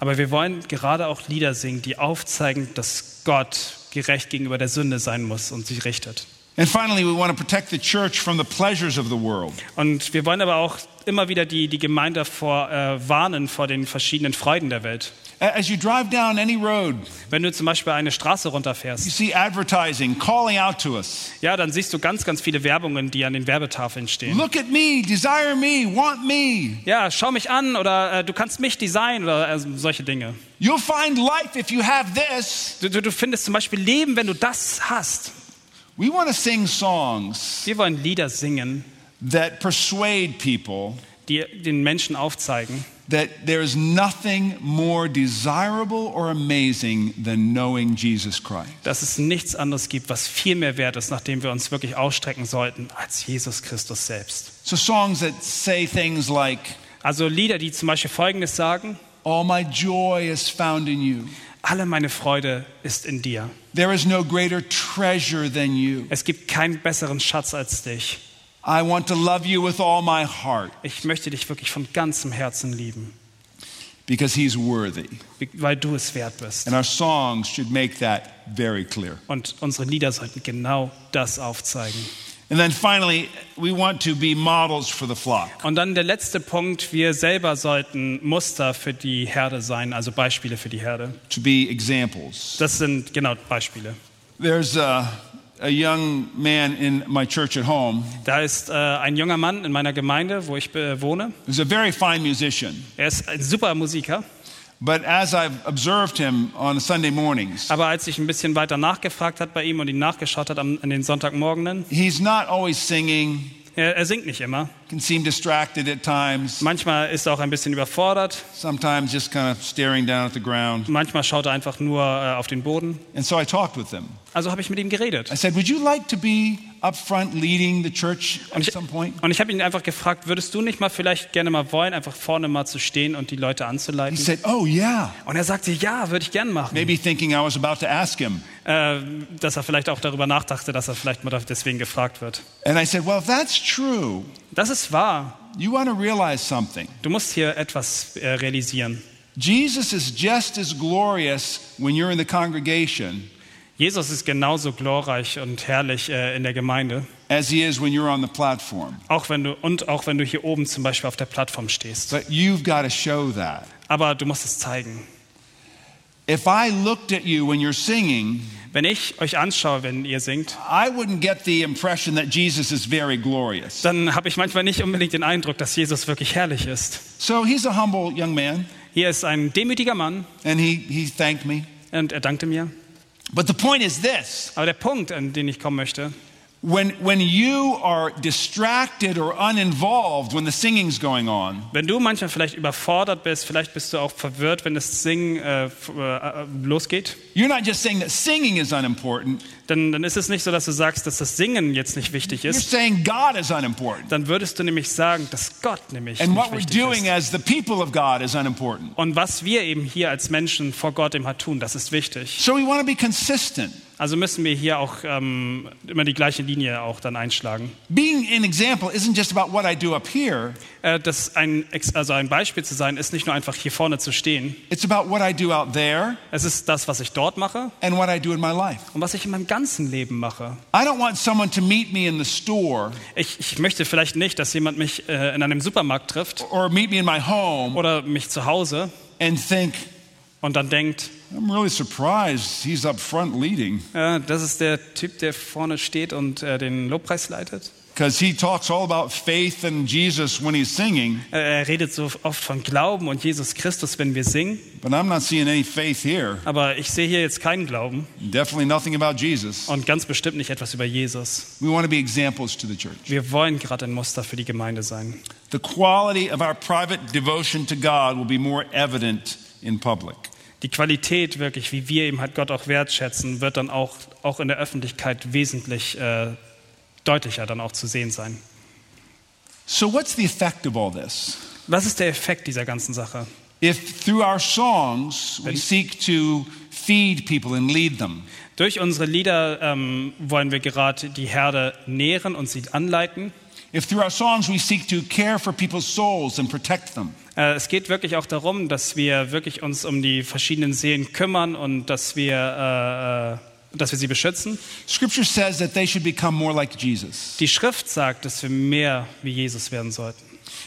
S2: Aber wir wollen gerade auch Lieder singen, die aufzeigen, dass Gott gerecht gegenüber der Sünde sein muss und sie richtet.
S1: And finally, we want to protect the church from the pleasures of the world.
S2: Und wir wollen aber auch immer wieder die, die Gemeinde davor äh, warnen vor den verschiedenen Freuden der Welt.
S1: A- As you drive down any road,
S2: Wenn du zum Beispiel eine Straße
S1: you
S2: runterfährst,
S1: see advertising calling out to us
S2: ja, dann siehst du ganz, ganz viele Werbungen, die an den Werbetafeln stehen.
S1: Look at me, desire me, want me.
S2: Ja, schau mich an oder äh, du kannst mich designen oder äh, solche Dinge.
S1: You'll find life if you have this.
S2: Du, du, du findest zum Beispiel Leben, wenn du das hast.
S1: We want to sing songs
S2: Wir wollen Lieder singen,
S1: that persuade people
S2: die den Menschen aufzeigen,
S1: that there is nothing more desirable or amazing than knowing Jesus Christ.
S2: dass es nichts anderes gibt, was viel mehr wert ist, nach dem wir uns wirklich ausstrecken sollten, als Jesus Christus selbst.
S1: So, songs that say things like,
S2: Also Lieder, die zum Beispiel Folgendes sagen,
S1: All my joy is found in you.
S2: alle meine Freude ist in dir.
S1: There is no greater treasure than you.
S2: Es gibt keinen besseren Schatz als dich.
S1: I want to love you with all my heart
S2: Ich möchte dich wirklich von ganzem Herzen lieben,
S1: because he's worthy.
S2: weil du es wert bist.
S1: And our songs should make that very clear.
S2: Und unsere Lieder sollten genau das aufzeigen.
S1: And then finally, we want to be models for the flock.
S2: Und dann der letzte Punkt, wir selber sollten Muster für die Herde sein, also Beispiele für die Herde.
S1: to be examples.
S2: Das sind genau Beispiele.
S1: There's a, a young man in my church at home
S2: Da ist äh, ein junger Mann in meiner Gemeinde, wo ich äh, wohne.
S1: who's a very fine musician,
S2: Er ist ein super Musiker,
S1: but as I've observed him on Sunday mornings,
S2: aber als ich ein bisschen weiter nachgefragt hat bei ihm und ihn nachgeschaut hat am, an den Sonntagmorgenen,
S1: he's not always singing,
S2: er, er singt nicht immer.
S1: can seem distracted at times,
S2: Manchmal ist er auch ein bisschen überfordert,
S1: sometimes just kind of staring down at the ground.
S2: manchmal schaut er einfach nur äh, auf den Boden.
S1: And so I talked with him.
S2: Also habe ich mit ihm geredet.
S1: I said, Would you like to be up front leading the church at
S2: Und ich,
S1: some point?
S2: und ich habe ihn einfach gefragt, würdest du nicht mal vielleicht gerne mal wollen, einfach vorne mal zu stehen und die Leute
S1: He
S2: anzuleiten?
S1: said, Oh, yeah.
S2: Und er sagte, ja, würde ich gerne machen.
S1: Maybe thinking I was about to ask him.
S2: Äh, dass er vielleicht auch darüber nachdachte, dass er vielleicht mal da- deswegen gefragt wird.
S1: And I said, Well, if that's true,
S2: Das ist wahr.
S1: you want to realize something.
S2: Du musst hier etwas äh, realisieren.
S1: Jesus is just as glorious when you're in the congregation
S2: Jesus ist genauso glorreich und herrlich äh, in der Gemeinde,
S1: as he is when you're on the platform.
S2: auch wenn du und auch wenn du hier oben zum Beispiel auf der Plattform stehst.
S1: But you've got to show that.
S2: Aber du musst es zeigen.
S1: If I looked at you when you're singing,
S2: Wenn ich euch anschaue, wenn ihr singt,
S1: I wouldn't get the impression that Jesus is very glorious.
S2: dann habe ich manchmal nicht unbedingt den Eindruck, dass Jesus wirklich herrlich ist.
S1: So he's a humble young man,
S2: Hier ist ein demütiger Mann
S1: and he, he thanked me.
S2: und er dankte mir.
S1: But the point is this
S2: Aber der Punkt, an den ich kommen möchte,
S1: when, when you are distracted or uninvolved when the singing's going on,
S2: Wenn du manchmal vielleicht überfordert bist, vielleicht bist du auch verwirrt, wenn das Singen äh, f- äh, äh, losgeht,
S1: you're not just saying that singing is unimportant,
S2: dann, dann ist es nicht so, dass du sagst, dass das Singen jetzt nicht wichtig
S1: you're
S2: ist.
S1: saying God is unimportant.
S2: Dann würdest du nämlich sagen, dass Gott nämlich
S1: And what we're
S2: nicht wichtig
S1: doing
S2: ist.
S1: as the people of God is unimportant.
S2: Und was wir eben hier als Menschen vor Gott eben halt tun, das ist wichtig.
S1: So we want to be consistent.
S2: Also müssen wir hier auch ähm, immer die gleiche Linie auch dann einschlagen.
S1: Being an example isn't just about what I do up here,
S2: Äh, das ein, Ex- also ein Beispiel zu sein, ist nicht nur einfach hier vorne zu stehen.
S1: it's about what I do out there
S2: Es ist das, was ich dort mache
S1: and what I do in my life.
S2: und was ich in meinem ganzen Leben mache.
S1: I don't want someone to meet me in the store
S2: Ich, ich möchte vielleicht nicht, dass jemand mich äh, in einem Supermarkt trifft
S1: or meet me in my home
S2: oder mich zu Hause
S1: and think,
S2: und dann denkt,
S1: I'm really surprised he's up front leading
S2: äh, das ist der Typ, der vorne steht und äh, den Lobpreis leitet.
S1: because he talks all about faith and Jesus when he's singing,
S2: Äh, er redet so oft von Glauben und Jesus Christus, wenn wir singen,
S1: but I'm not seeing any faith here.
S2: aber ich sehe hier jetzt keinen Glauben
S1: Definitely nothing about Jesus.
S2: und ganz bestimmt nicht etwas über Jesus.
S1: We want to be examples to the church.
S2: Wir wollen gerade ein Muster für die Gemeinde sein.
S1: The quality of our private devotion to God will be more evident in public.
S2: Die Qualität wirklich, wie wir eben halt Gott auch wertschätzen, wird dann auch, auch in der Öffentlichkeit wesentlich äh, deutlicher dann auch zu sehen sein.
S1: So, what's the effect of all this?
S2: Was ist der Effekt dieser ganzen Sache?
S1: If through our songs we seek to feed people and lead them,
S2: Durch unsere Lieder ähm, wollen wir gerade die Herde nähren und sie anleiten.
S1: if through our songs we seek to care for people's souls and protect them,
S2: Äh, es geht wirklich auch darum, dass wir wirklich uns um die verschiedenen Seelen kümmern und dass wir dass wir sie beschützen.
S1: Scripture says that they should become more like Jesus.
S2: Die Schrift sagt, dass wir mehr wie Jesus werden sollten.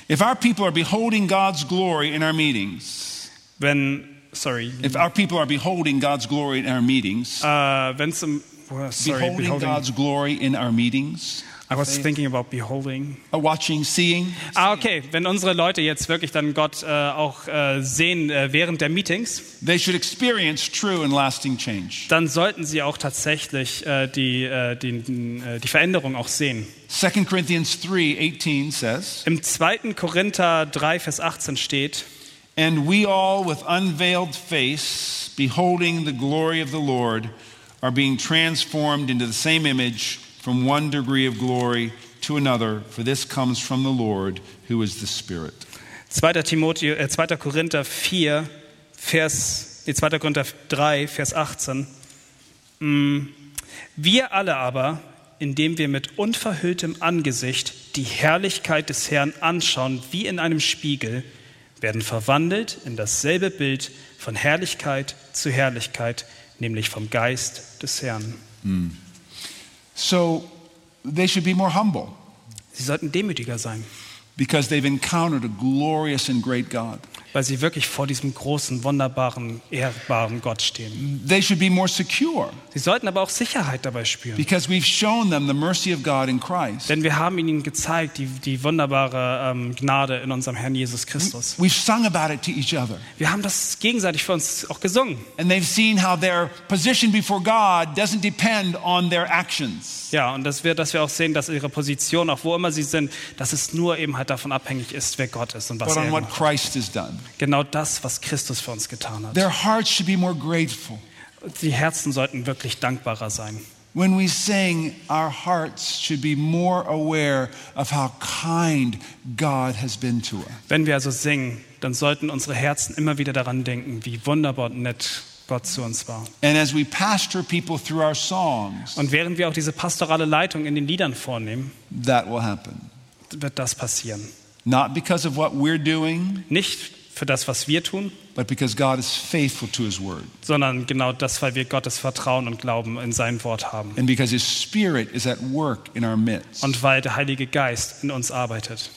S1: If our people are beholding God's glory in our meetings,
S2: Wenn, sorry,
S1: if our people are beholding God's glory in our meetings,
S2: äh, wenn es um, oh, sorry,
S1: beholding,
S2: beholding,
S1: God's glory in our meetings,
S2: I was thinking about beholding.
S1: uh, watching, seeing,
S2: Ah, okay, wenn unsere Leute jetzt wirklich dann Gott äh, auch äh, sehen äh, während der Meetings,
S1: they should experience true and lasting change.
S2: dann sollten sie auch tatsächlich äh, die, äh, die, äh, die Veränderung auch sehen.
S1: 2 Corinthians 3:18 says,
S2: Im 2. Korinther 3, Vers 18 steht,
S1: And we all, with unveiled face, beholding the glory of the Lord, are being transformed into the same image from one degree of glory to another, for this comes from the Lord, who is the Spirit.
S2: 2. Timotheo, äh, 2. Korinther 4, Vers, nee, 2. Korinther 3, Vers 18. Mm. Wir alle aber, indem wir mit unverhülltem Angesicht die Herrlichkeit des Herrn anschauen, wie in einem Spiegel, werden verwandelt in dasselbe Bild von Herrlichkeit zu Herrlichkeit, nämlich vom Geist des Herrn.
S1: So they should be more humble
S2: Sie sollten demütiger sein,
S1: because they've encountered a glorious and great God.
S2: weil sie wirklich vor diesem großen, wunderbaren, ehrbaren Gott stehen.
S1: They should be more secure
S2: Sie sollten aber auch Sicherheit dabei spüren.
S1: because we've shown them the mercy of God in Christ.
S2: Denn wir haben ihnen gezeigt, die, die wunderbare ähm, Gnade in unserem Herrn Jesus Christus.
S1: We've sung about it to each other,
S2: Wir haben das gegenseitig für uns auch gesungen.
S1: and they've seen how their position before God doesn't depend on their actions.
S2: Ja, und dass wir, dass wir auch sehen, dass ihre Position, auch wo immer sie sind, dass es nur eben halt davon abhängig ist, wer Gott ist und was
S1: but
S2: er
S1: on what
S2: macht.
S1: Christ has done.
S2: Genau das, was Christus für uns getan hat.
S1: Their hearts should be more grateful.
S2: Die Herzen sollten wirklich dankbarer sein.
S1: When we sing, our hearts should be more aware of how kind God has been to us.
S2: Wenn wir also singen, dann sollten unsere Herzen immer wieder daran denken, wie wunderbar und nett Gott zu uns war.
S1: And as we pastor people through our songs,
S2: Und während wir auch diese pastorale Leitung in den Liedern vornehmen,
S1: that will happen.
S2: wird das passieren.
S1: Not because of what we're doing,
S2: Nicht für das, was wir tun,
S1: but because God is faithful to his word
S2: sondern genau das, weil wir Gottes Vertrauen und Glauben in sein Wort haben
S1: and because his spirit is at work in our midst.
S2: und weil der Heilige Geist in uns arbeitet.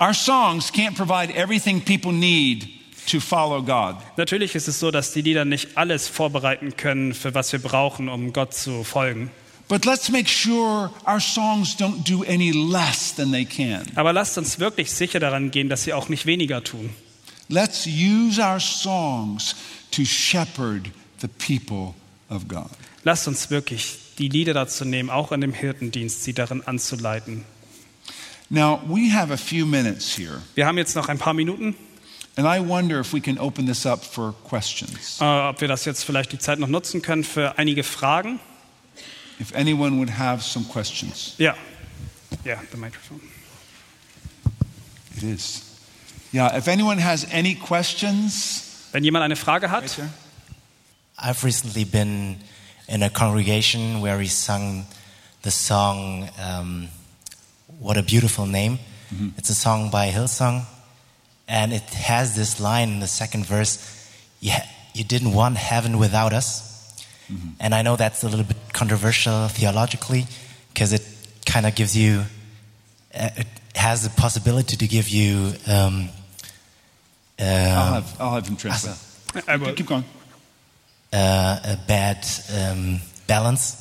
S1: Our songs can't provide everything people need to follow God.
S2: Natürlich ist es so, dass die Lieder nicht alles vorbereiten können, für was wir brauchen, um Gott zu folgen.
S1: But let's make sure our songs don't do any less than they can.
S2: Aber lasst uns wirklich sicher daran gehen, dass sie auch nicht weniger tun.
S1: Let's use our songs to shepherd the people of God.
S2: Lasst uns wirklich die Lieder dazu nehmen, auch in dem Hirtendienst, sie darin anzuleiten.
S1: Now, we have a few minutes here,
S2: Wir haben jetzt noch ein paar Minuten,
S1: and I wonder if we can open this up for questions.
S2: äh, ob wir das jetzt vielleicht die Zeit noch nutzen können für einige Fragen.
S1: If anyone would have some questions.
S2: Ja, ja, the microphone.
S1: It is. Yeah, if anyone has any questions,
S2: Wenn jemand eine Frage hat,
S3: I've recently been in a congregation where we sung the song um, What a Beautiful Name. It's a song by Hillsong, and it has this line in the second verse Yeah, you didn't want heaven without us. And I know that's a little bit controversial theologically because it kind of gives you, uh, it has the possibility to give you. Um, um,
S1: I'll, have, I'll have him translate.
S2: aber
S1: Keep going.
S3: uh, a bad um, balance.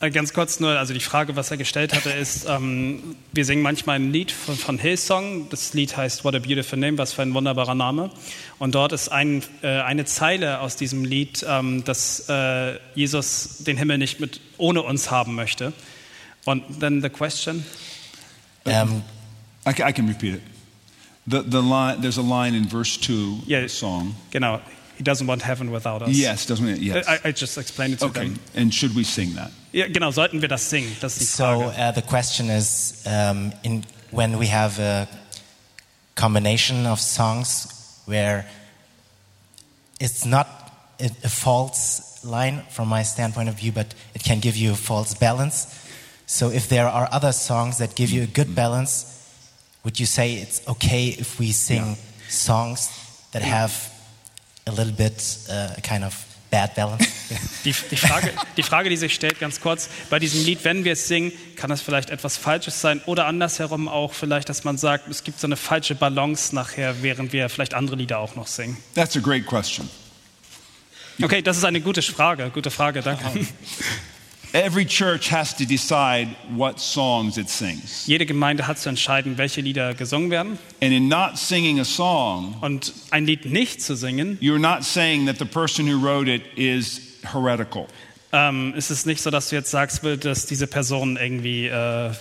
S2: äh, ganz kurz nur, also die Frage, was er gestellt hatte, ist, ähm, wir singen manchmal ein Lied von, von Hillsong. Das Lied heißt What a Beautiful Name, was für ein wunderbarer Name. Und dort ist ein, äh, eine Zeile aus diesem Lied, ähm, dass äh, Jesus den Himmel nicht mit, ohne uns haben möchte. Und then the question,
S3: Um,
S1: I can, I can repeat it. The, the line, there's a line in verse 2 of
S2: Yeah.
S1: the song.
S2: genau, he doesn't want heaven without us.
S1: Yes, doesn't it? Yes.
S2: Uh, I, I just explained it to
S1: Okay,
S2: them.
S1: and should we sing that?
S2: Ja, genau, sollten wir das singen? Das ist die
S3: so
S2: Frage.
S3: uh, the question is, um, in, when we have a combination of songs where it's not a, a false line from my standpoint of view, but it can give you a false balance. So if there are other songs that give you a good balance, would you say it's okay if we sing songs that have a little bit uh, kind of bad balance?
S2: Die, die, Frage, die Frage, die sich stellt, ganz kurz, bei diesem Lied, wenn wir es singen, kann das vielleicht etwas Falsches sein oder andersherum auch vielleicht, dass man sagt, es gibt so eine falsche Balance nachher, während wir vielleicht andere Lieder auch noch singen.
S1: That's a great question.
S2: Okay, das ist eine gute Frage, gute Frage, danke.
S1: Every church has to decide what songs it sings.
S2: Jede Gemeinde hat zu entscheiden, welche Lieder gesungen werden
S1: And in not singing a song,
S2: und ein Lied nicht zu singen,
S1: you're not saying that the person who wrote it is heretical.
S2: ähm, ist es nicht so, dass du jetzt sagst, dass diese Person irgendwie äh,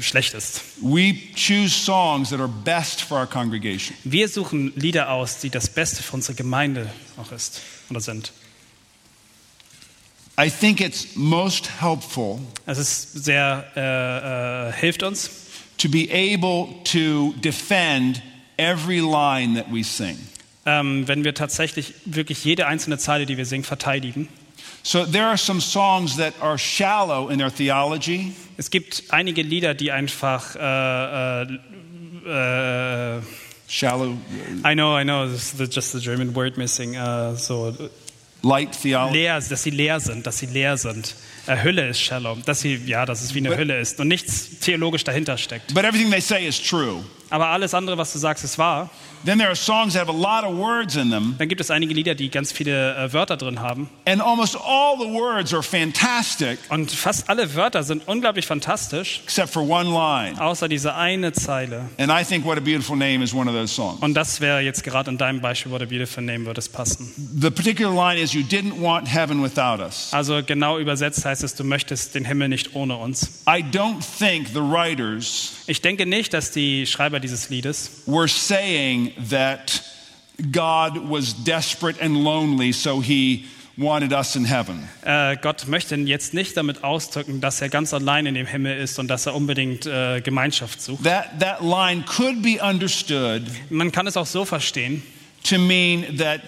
S2: schlecht ist.
S1: We choose songs that are best for our congregation.
S2: Wir suchen Lieder aus, die das Beste für unsere Gemeinde auch ist oder sind.
S1: I think it's most helpful
S2: Es ist sehr, äh, äh, hilft uns,
S1: to be able to defend every line that we sing.
S2: ähm, wenn wir tatsächlich wirklich jede einzelne Zeile, die wir singen, verteidigen.
S1: So there are some songs that are shallow in their theology,
S2: Es gibt einige Lieder, die einfach. Äh, äh, äh,
S1: shallow,
S2: I know, I know, this is the, just the German word missing. äh, so
S1: light theology.
S2: leer, dass sie leer sind, dass sie leer sind. Äh, Hülle ist shallow, dass sie ja, dass es wie eine Hülle ist und nichts theologisch dahinter steckt.
S1: But everything they say is true.
S2: Aber alles andere, was du sagst, ist wahr.
S1: Then there are songs that have a lot of words in them,
S2: Dann gibt es einige Lieder, die ganz viele äh, Wörter drin haben.
S1: and almost all the words are fantastic
S2: Und fast alle Wörter sind unglaublich fantastisch,
S1: except for one line.
S2: außer diese eine Zeile.
S1: And I think What a Beautiful Name is one of those songs.
S2: Und das wäre jetzt gerade in deinem Beispiel, wo der Beautiful nehmen würde, es passen.
S1: The particular line is You didn't want heaven without us.
S2: Also genau übersetzt heißt es, du möchtest den Himmel nicht ohne uns.
S1: I don't think the writers
S2: Ich denke nicht, dass die Schreiber dieses Liedes
S1: were saying that God was desperate and lonely, so he wanted us in heaven.
S2: Äh, Gott möchte jetzt nicht damit ausdrücken, dass er ganz allein in dem Himmel ist und dass er unbedingt äh, Gemeinschaft sucht.
S1: That, that line could be understood
S2: Man kann es auch so verstehen,
S1: to mean that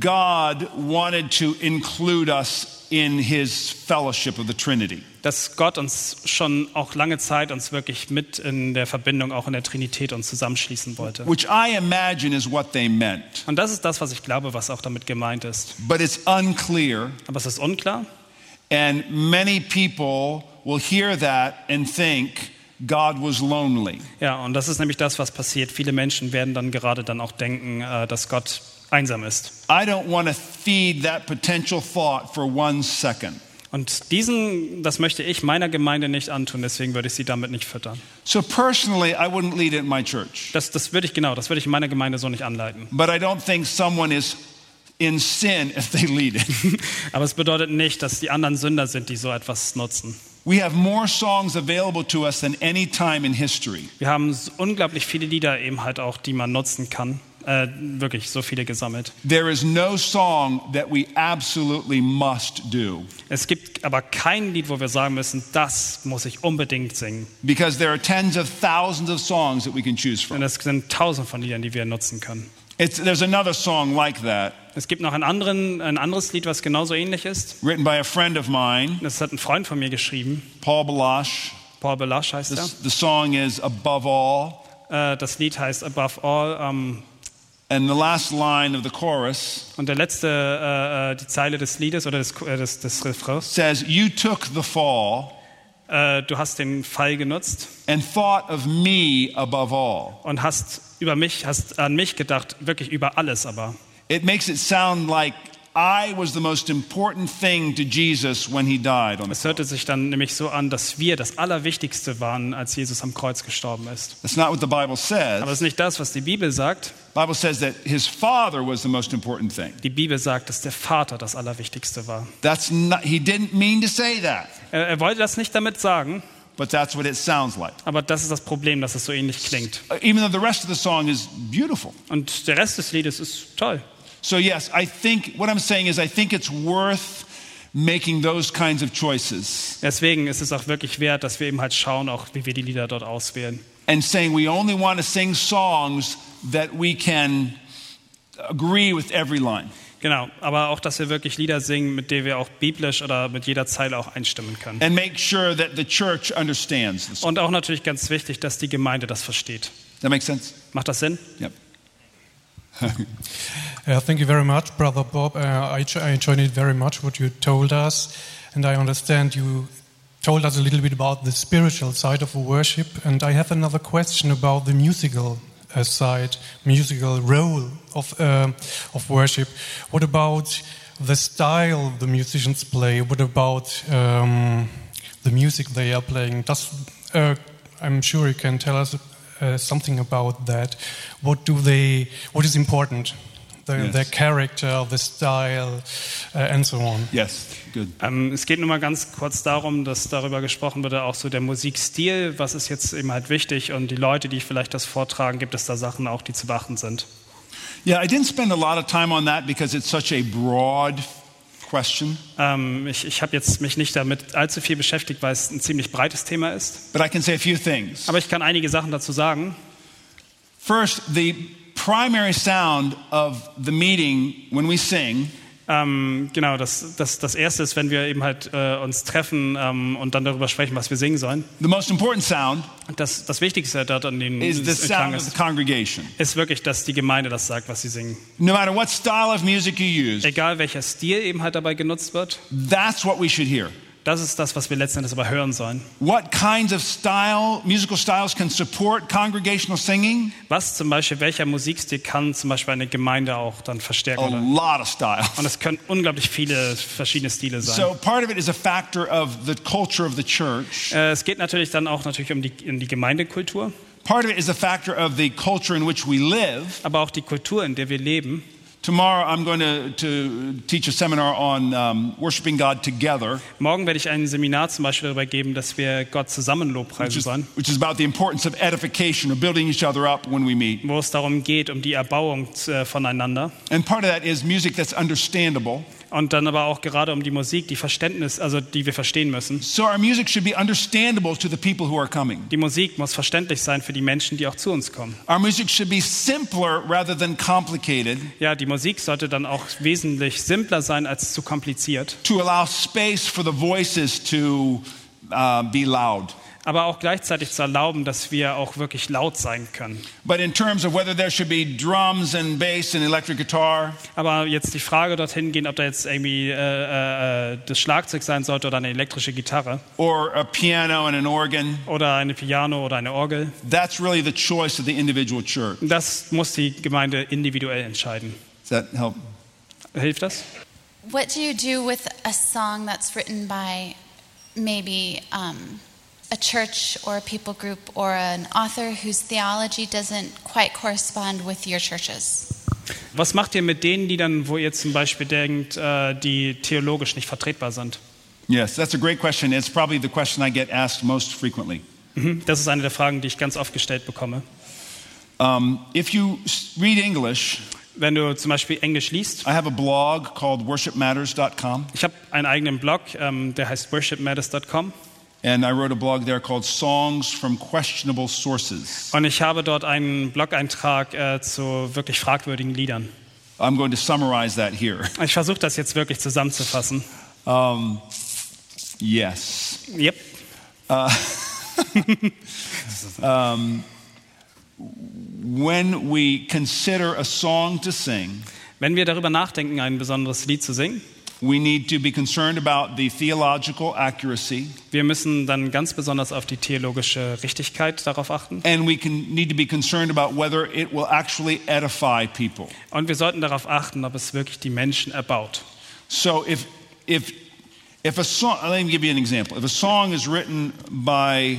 S1: God wanted to include us in his fellowship of the Trinity.
S2: dass Gott uns schon auch lange Zeit uns wirklich mit in der Verbindung auch in der Trinität uns zusammenschließen wollte.
S1: which I imagine is what they meant.
S2: Und das ist das, was ich glaube, was auch damit gemeint ist.
S1: But it's unclear,
S2: Aber es ist unklar.
S1: and many people will hear that and think God was lonely.
S2: Ja, und das ist nämlich das, was passiert. Viele Menschen werden dann gerade dann auch denken, äh, dass Gott einsam ist.
S1: I don't want to feed that potential thought for one second.
S2: Und diesen, das möchte ich meiner Gemeinde nicht antun, deswegen würde ich sie damit nicht füttern.
S1: So personally, I wouldn't lead it in my church.
S2: Das, das würde ich genau, das würde ich in meiner Gemeinde so nicht anleiten.
S1: But I don't think someone is in sin if they lead it.
S2: Aber es bedeutet nicht, dass die anderen Sünder sind, die so etwas nutzen.
S1: we have more songs available to us than any time in history.
S2: Wir haben s- unglaublich viele Lieder eben halt auch, die man nutzen kann. Äh, wirklich so viele gesammelt.
S1: There is no song that we absolutely must do
S2: Es gibt aber kein Lied, wo wir sagen müssen, das muss ich unbedingt singen.
S1: because there are tens of thousands of songs that we can choose from.
S2: Denn es sind tausend von Liedern, die wir nutzen können.
S1: It's, there's another song like that
S2: Es gibt noch einen anderen, ein anderes Lied, was genauso ähnlich ist.
S1: written by a friend of mine,
S2: Das hat ein Freund von mir geschrieben.
S1: Paul Balash.
S2: Paul Belasch heißt
S1: The, the song is Above All.
S2: er. Äh, das Lied heißt Above All. Ähm,
S1: And the last line of the chorus
S2: und der letzte, äh, äh, die Zeile des Liedes oder des, äh, des, des Refrains.
S1: says, You took the fall
S2: Äh, du hast den Fall genutzt
S1: and thought of me above all.
S2: und hast über mich, hast an mich gedacht, wirklich über alles aber.
S1: It makes it sound like I was the most important thing to Jesus when he died on the
S2: Es hörte sich dann nämlich so an, dass wir das Allerwichtigste waren, als Jesus am Kreuz gestorben ist.
S1: That's not what the Bible
S2: Aber
S1: says.
S2: es ist nicht das, was die Bibel sagt.
S1: The Bible says that his father was the most important thing.
S2: Die Bibel sagt, dass der Vater das Allerwichtigste war.
S1: That's not, he didn't mean to say that,
S2: Er, er wollte das nicht damit sagen,
S1: but that's what it sounds like. Uh,
S2: aber das ist das Problem, dass es so ähnlich klingt.
S1: even though the rest of the song is beautiful.
S2: Und der Rest des Liedes ist toll.
S1: So, yes, I think what I'm saying is I think it's worth making those kinds of choices
S2: Deswegen ist es auch wirklich wert, dass wir eben halt schauen, auch wie wir die Lieder dort auswählen.
S1: and saying we only want to sing songs that we can agree with every line.
S2: Genau, aber auch, dass wir wirklich Lieder singen, mit denen wir auch biblisch oder mit jeder Zeile auch einstimmen können.
S1: And make sure that the church understands this.
S2: Und auch natürlich ganz wichtig, dass die Gemeinde das versteht.
S1: That makes sense?
S2: Macht das Sinn?
S1: Yep.
S4: Uh, thank you very much, Brother Bob. Uh, I, jo- I enjoyed it very much what you told us, and I understand you told us a little bit about the spiritual side of worship. And I have another question about the musical uh, side, musical role of um of worship. What about the style the musicians play? What about um, the music they are playing? Does uh, I'm sure you can tell us uh, something about that. What do they? What is important? The,
S1: Yes.
S4: Their character, the style, uh, and so on.
S1: Yes, good.
S2: Ähm, es geht nur mal ganz kurz darum, dass darüber gesprochen wurde, auch so der Musikstil, was ist jetzt eben halt wichtig und die Leute, die vielleicht das vortragen, gibt es da Sachen auch, die zu beachten sind.
S1: Yeah, I didn't spend a lot of time on that because it's such a broad question,
S2: Ähm, ich ich habe jetzt mich nicht damit allzu viel beschäftigt, weil es ein ziemlich breites Thema ist.
S1: but I can say a few things.
S2: Aber ich kann einige Sachen dazu sagen.
S1: First, the primary sound of the meeting when we sing
S2: Ähm, genau, das, das, das Erste ist, wenn wir eben halt äh, uns treffen ähm, und dann darüber sprechen, was wir singen sollen.
S1: The most important sound
S2: Das, das Wichtigste da an den
S1: is the
S2: Klang
S1: sound of the
S2: ist,
S1: congregation.
S2: ist wirklich, dass die Gemeinde das sagt, was sie singen.
S1: No matter what style of music you use,
S2: Egal welcher Stil eben halt dabei genutzt wird,
S1: that's what we should hear.
S2: das ist das, was wir letzten Endes aber hören sollen.
S1: What kinds of style, musical styles can support congregational singing?
S2: Was zum Beispiel, welcher Musikstil kann zum Beispiel eine Gemeinde auch dann
S1: A
S2: verstärken? Oder?
S1: lot of
S2: Und
S1: styles.
S2: es können unglaublich viele verschiedene Stile sein.
S1: So part of it is a factor of the culture of the church.
S2: Äh, es geht natürlich dann auch natürlich um die, um die Gemeindekultur,
S1: Part of it is a factor of the culture in which we live.
S2: aber auch die Kultur, in der wir leben.
S1: Tomorrow I'm going to, to teach a seminar on um, worshiping God together,
S2: Morgen werde ich ein Seminar zum Beispiel darüber geben, dass wir Gott zusammen
S1: which
S2: Lobpreisen
S1: is,
S2: sollen,
S1: which is about the importance of edification or building each other up when we meet.
S2: wo es darum geht, um die Erbauung äh, voneinander.
S1: And part of that is music that's understandable.
S2: Und dann aber auch gerade um die Musik, die Verständnis, also die wir verstehen müssen.
S1: So our music should be understandable to the people who are coming.
S2: Die Musik muss verständlich sein für die Menschen, die auch zu uns kommen.
S1: Our music should be simpler rather than complicated
S2: Ja, die Musik sollte dann auch wesentlich simpler sein als zu kompliziert,
S1: to allow space for the voices to uh, be loud.
S2: aber auch gleichzeitig zu erlauben, dass wir auch wirklich laut sein können.
S1: But in terms of whether there should be drums and bass and electric guitar,
S2: Aber jetzt die Frage dorthin gehen, ob da jetzt irgendwie äh, äh, das Schlagzeug sein sollte oder eine elektrische Gitarre
S1: or a piano and an organ,
S2: oder eine Piano oder eine Orgel,
S1: that's really the choice of the individual church.
S2: das muss die Gemeinde individuell entscheiden.
S1: Does that help?
S2: Hilft das?
S5: What do you do with a song that's written by maybe um, a church or a people group or an author whose theology doesn't quite correspond with your church's?
S2: Was macht ihr mit den Liedern, wo ihr zum Beispiel denkt, äh, die theologisch nicht vertretbar sind?
S1: Yes, that's a great question. It's probably the question I get asked most frequently.
S2: Mhm. Das ist eine der Fragen, die ich ganz oft gestellt bekomme.
S1: Um, if you s- read English,
S2: Wenn du zum Beispiel Englisch liest,
S1: I have a blog called worshipmatters.com,
S2: ich habe einen eigenen Blog, ähm, der heißt worshipmatters.com
S1: and I wrote a blog there called Songs from Questionable Sources.
S2: und ich habe dort einen Blog-Eintrag äh, zu wirklich fragwürdigen Liedern.
S1: I'm going to summarize that here.
S2: Ich versuche das jetzt wirklich zusammenzufassen.
S1: Um, yes.
S2: Yep.
S1: Uh, um, When we consider a song to sing,
S2: Wenn wir darüber nachdenken, ein besonderes Lied zu singen,
S1: we need to be concerned about the theological accuracy,
S2: wir müssen dann ganz besonders auf die theologische Richtigkeit darauf achten
S1: and we can need to be concerned about whether it will actually edify people.
S2: und wir sollten darauf achten, ob es wirklich die Menschen erbaut.
S1: So if if if a song, let me give you an example. If a song is written by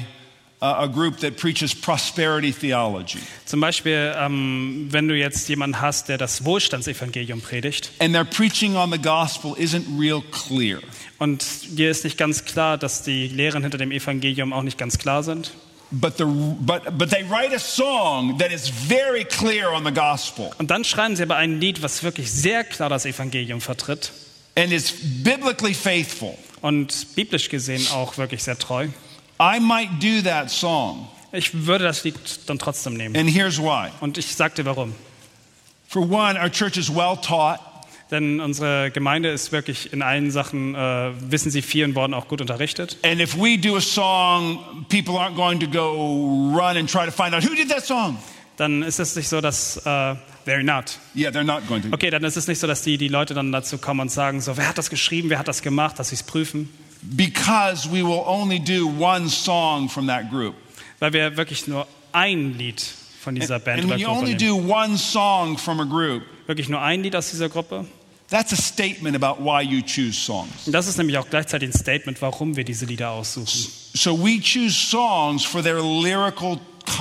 S1: uh, a group that preaches prosperity theology,
S2: Zum Beispiel, ähm, wenn du jetzt jemanden hast, der das Wohlstandsevangelium predigt
S1: and their preaching on the gospel isn't real clear,
S2: und dir ist nicht ganz klar, dass die Lehren hinter dem Evangelium auch nicht ganz klar sind,
S1: but the but but they write a song that is very clear on the gospel
S2: und dann schreiben sie aber ein Lied, was wirklich sehr klar das Evangelium vertritt
S1: and is biblically faithful.
S2: und biblisch gesehen auch wirklich sehr treu,
S1: I might do that song,
S2: ich würde das Lied dann trotzdem nehmen.
S1: and here's why.
S2: Und ich sag dir warum.
S1: For one, our church is well taught.
S2: Denn unsere Gemeinde ist wirklich in allen Sachen, äh, wissen Sie, vielen Worten auch gut unterrichtet.
S1: And if we do a song, people aren't going to go run and try to find out who did that song.
S2: dann ist es nicht so, dass äh, they're not.
S1: Yeah, they're not going to.
S2: Okay, dann ist es nicht so, dass die, die Leute dann dazu kommen und sagen, so, wer hat das geschrieben, wer hat das gemacht, dass sie es prüfen.
S1: Because we will only do one song from that group.
S2: Weil wir wirklich nur ein Lied von dieser Band
S1: and
S2: oder
S1: when you
S2: Gruppe
S1: only
S2: nehmen.
S1: do one song from a group,
S2: Wirklich nur ein Lied aus dieser Gruppe.
S1: that's a statement about why you choose songs.
S2: Und das ist nämlich auch gleichzeitig ein Statement, warum wir diese Lieder aussuchen.
S1: So we choose songs for their lyrical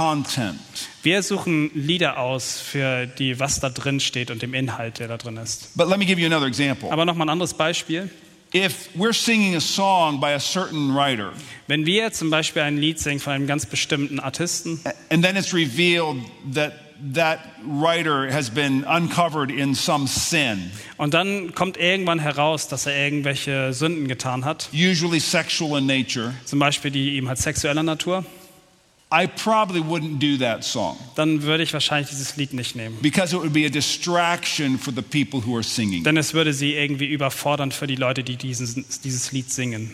S1: content.
S2: Wir suchen Lieder aus für die, was da drin steht und dem Inhalt, der da drin ist.
S1: But let me give you another example.
S2: Aber nochmal ein anderes Beispiel.
S1: If we're singing a song by a certain writer,
S2: Wenn wir zum Beispiel ein Lied singen von einem ganz bestimmten Artisten
S1: and then it's revealed that that writer has been uncovered in some sin,
S2: und dann kommt irgendwann heraus, dass er irgendwelche Sünden getan hat,
S1: usually sexual in nature,
S2: zum Beispiel die ihm halt sexueller Natur,
S1: I probably wouldn't do that song
S2: dann würde ich wahrscheinlich dieses Lied nicht nehmen.
S1: because it would be a distraction for the people who are singing.
S2: Denn es würde sie irgendwie überfordern für die Leute, die diesen, dieses Lied singen.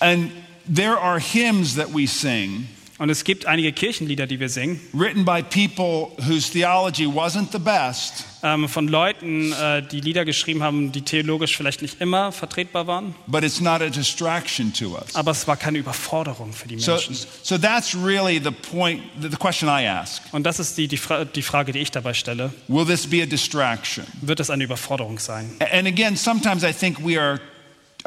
S1: And there are hymns that we sing
S2: Und es gibt einige Kirchenlieder, die wir singen,
S1: written by people whose theology wasn't the best,
S2: ähm, von Leuten, äh, die Lieder geschrieben haben, die theologisch vielleicht nicht immer vertretbar waren.
S1: but it's not a distraction to us.
S2: Aber es war keine Überforderung für die
S1: So,
S2: Menschen.
S1: so that's really the point, the the question I ask.
S2: Und das ist die, die, Fra die Frage, die ich dabei stelle.
S1: Will this be a distraction?
S2: Wird es eine Überforderung sein?
S1: A- And again, sometimes I think we are,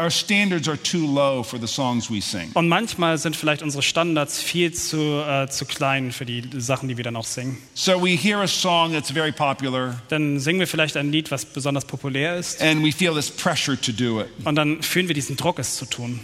S1: our standards are too low for the songs we sing.
S2: Und manchmal sind vielleicht unsere Standards viel zu, äh, zu klein für die Sachen, die wir dann auch singen.
S1: So we hear a song that's very popular
S2: Dann singen wir vielleicht ein Lied, was besonders populär ist.
S1: and we feel this pressure to do it.
S2: Und dann fühlen wir diesen Druck, es zu tun.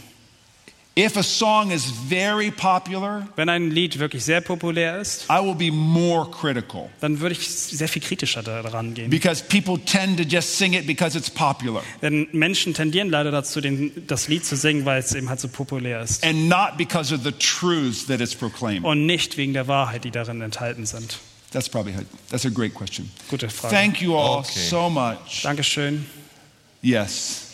S1: If a song is very popular,
S2: Wenn ein Lied wirklich sehr populär ist,
S1: I will be more critical
S2: dann würde ich sehr viel kritischer daran gehen.
S1: because people tend to just sing it because it's popular
S2: Denn Menschen tendieren leider dazu, den, das Lied zu singen, weil es eben halt so populär ist.
S1: and not because of the truths that it's proclaiming.
S2: Und nicht wegen der Wahrheit, die darin enthalten sind.
S1: That's probably that's a great question.
S2: Gute Frage.
S1: Thank you all
S6: Okay.
S1: so much.
S2: Dankeschön.
S1: Yes.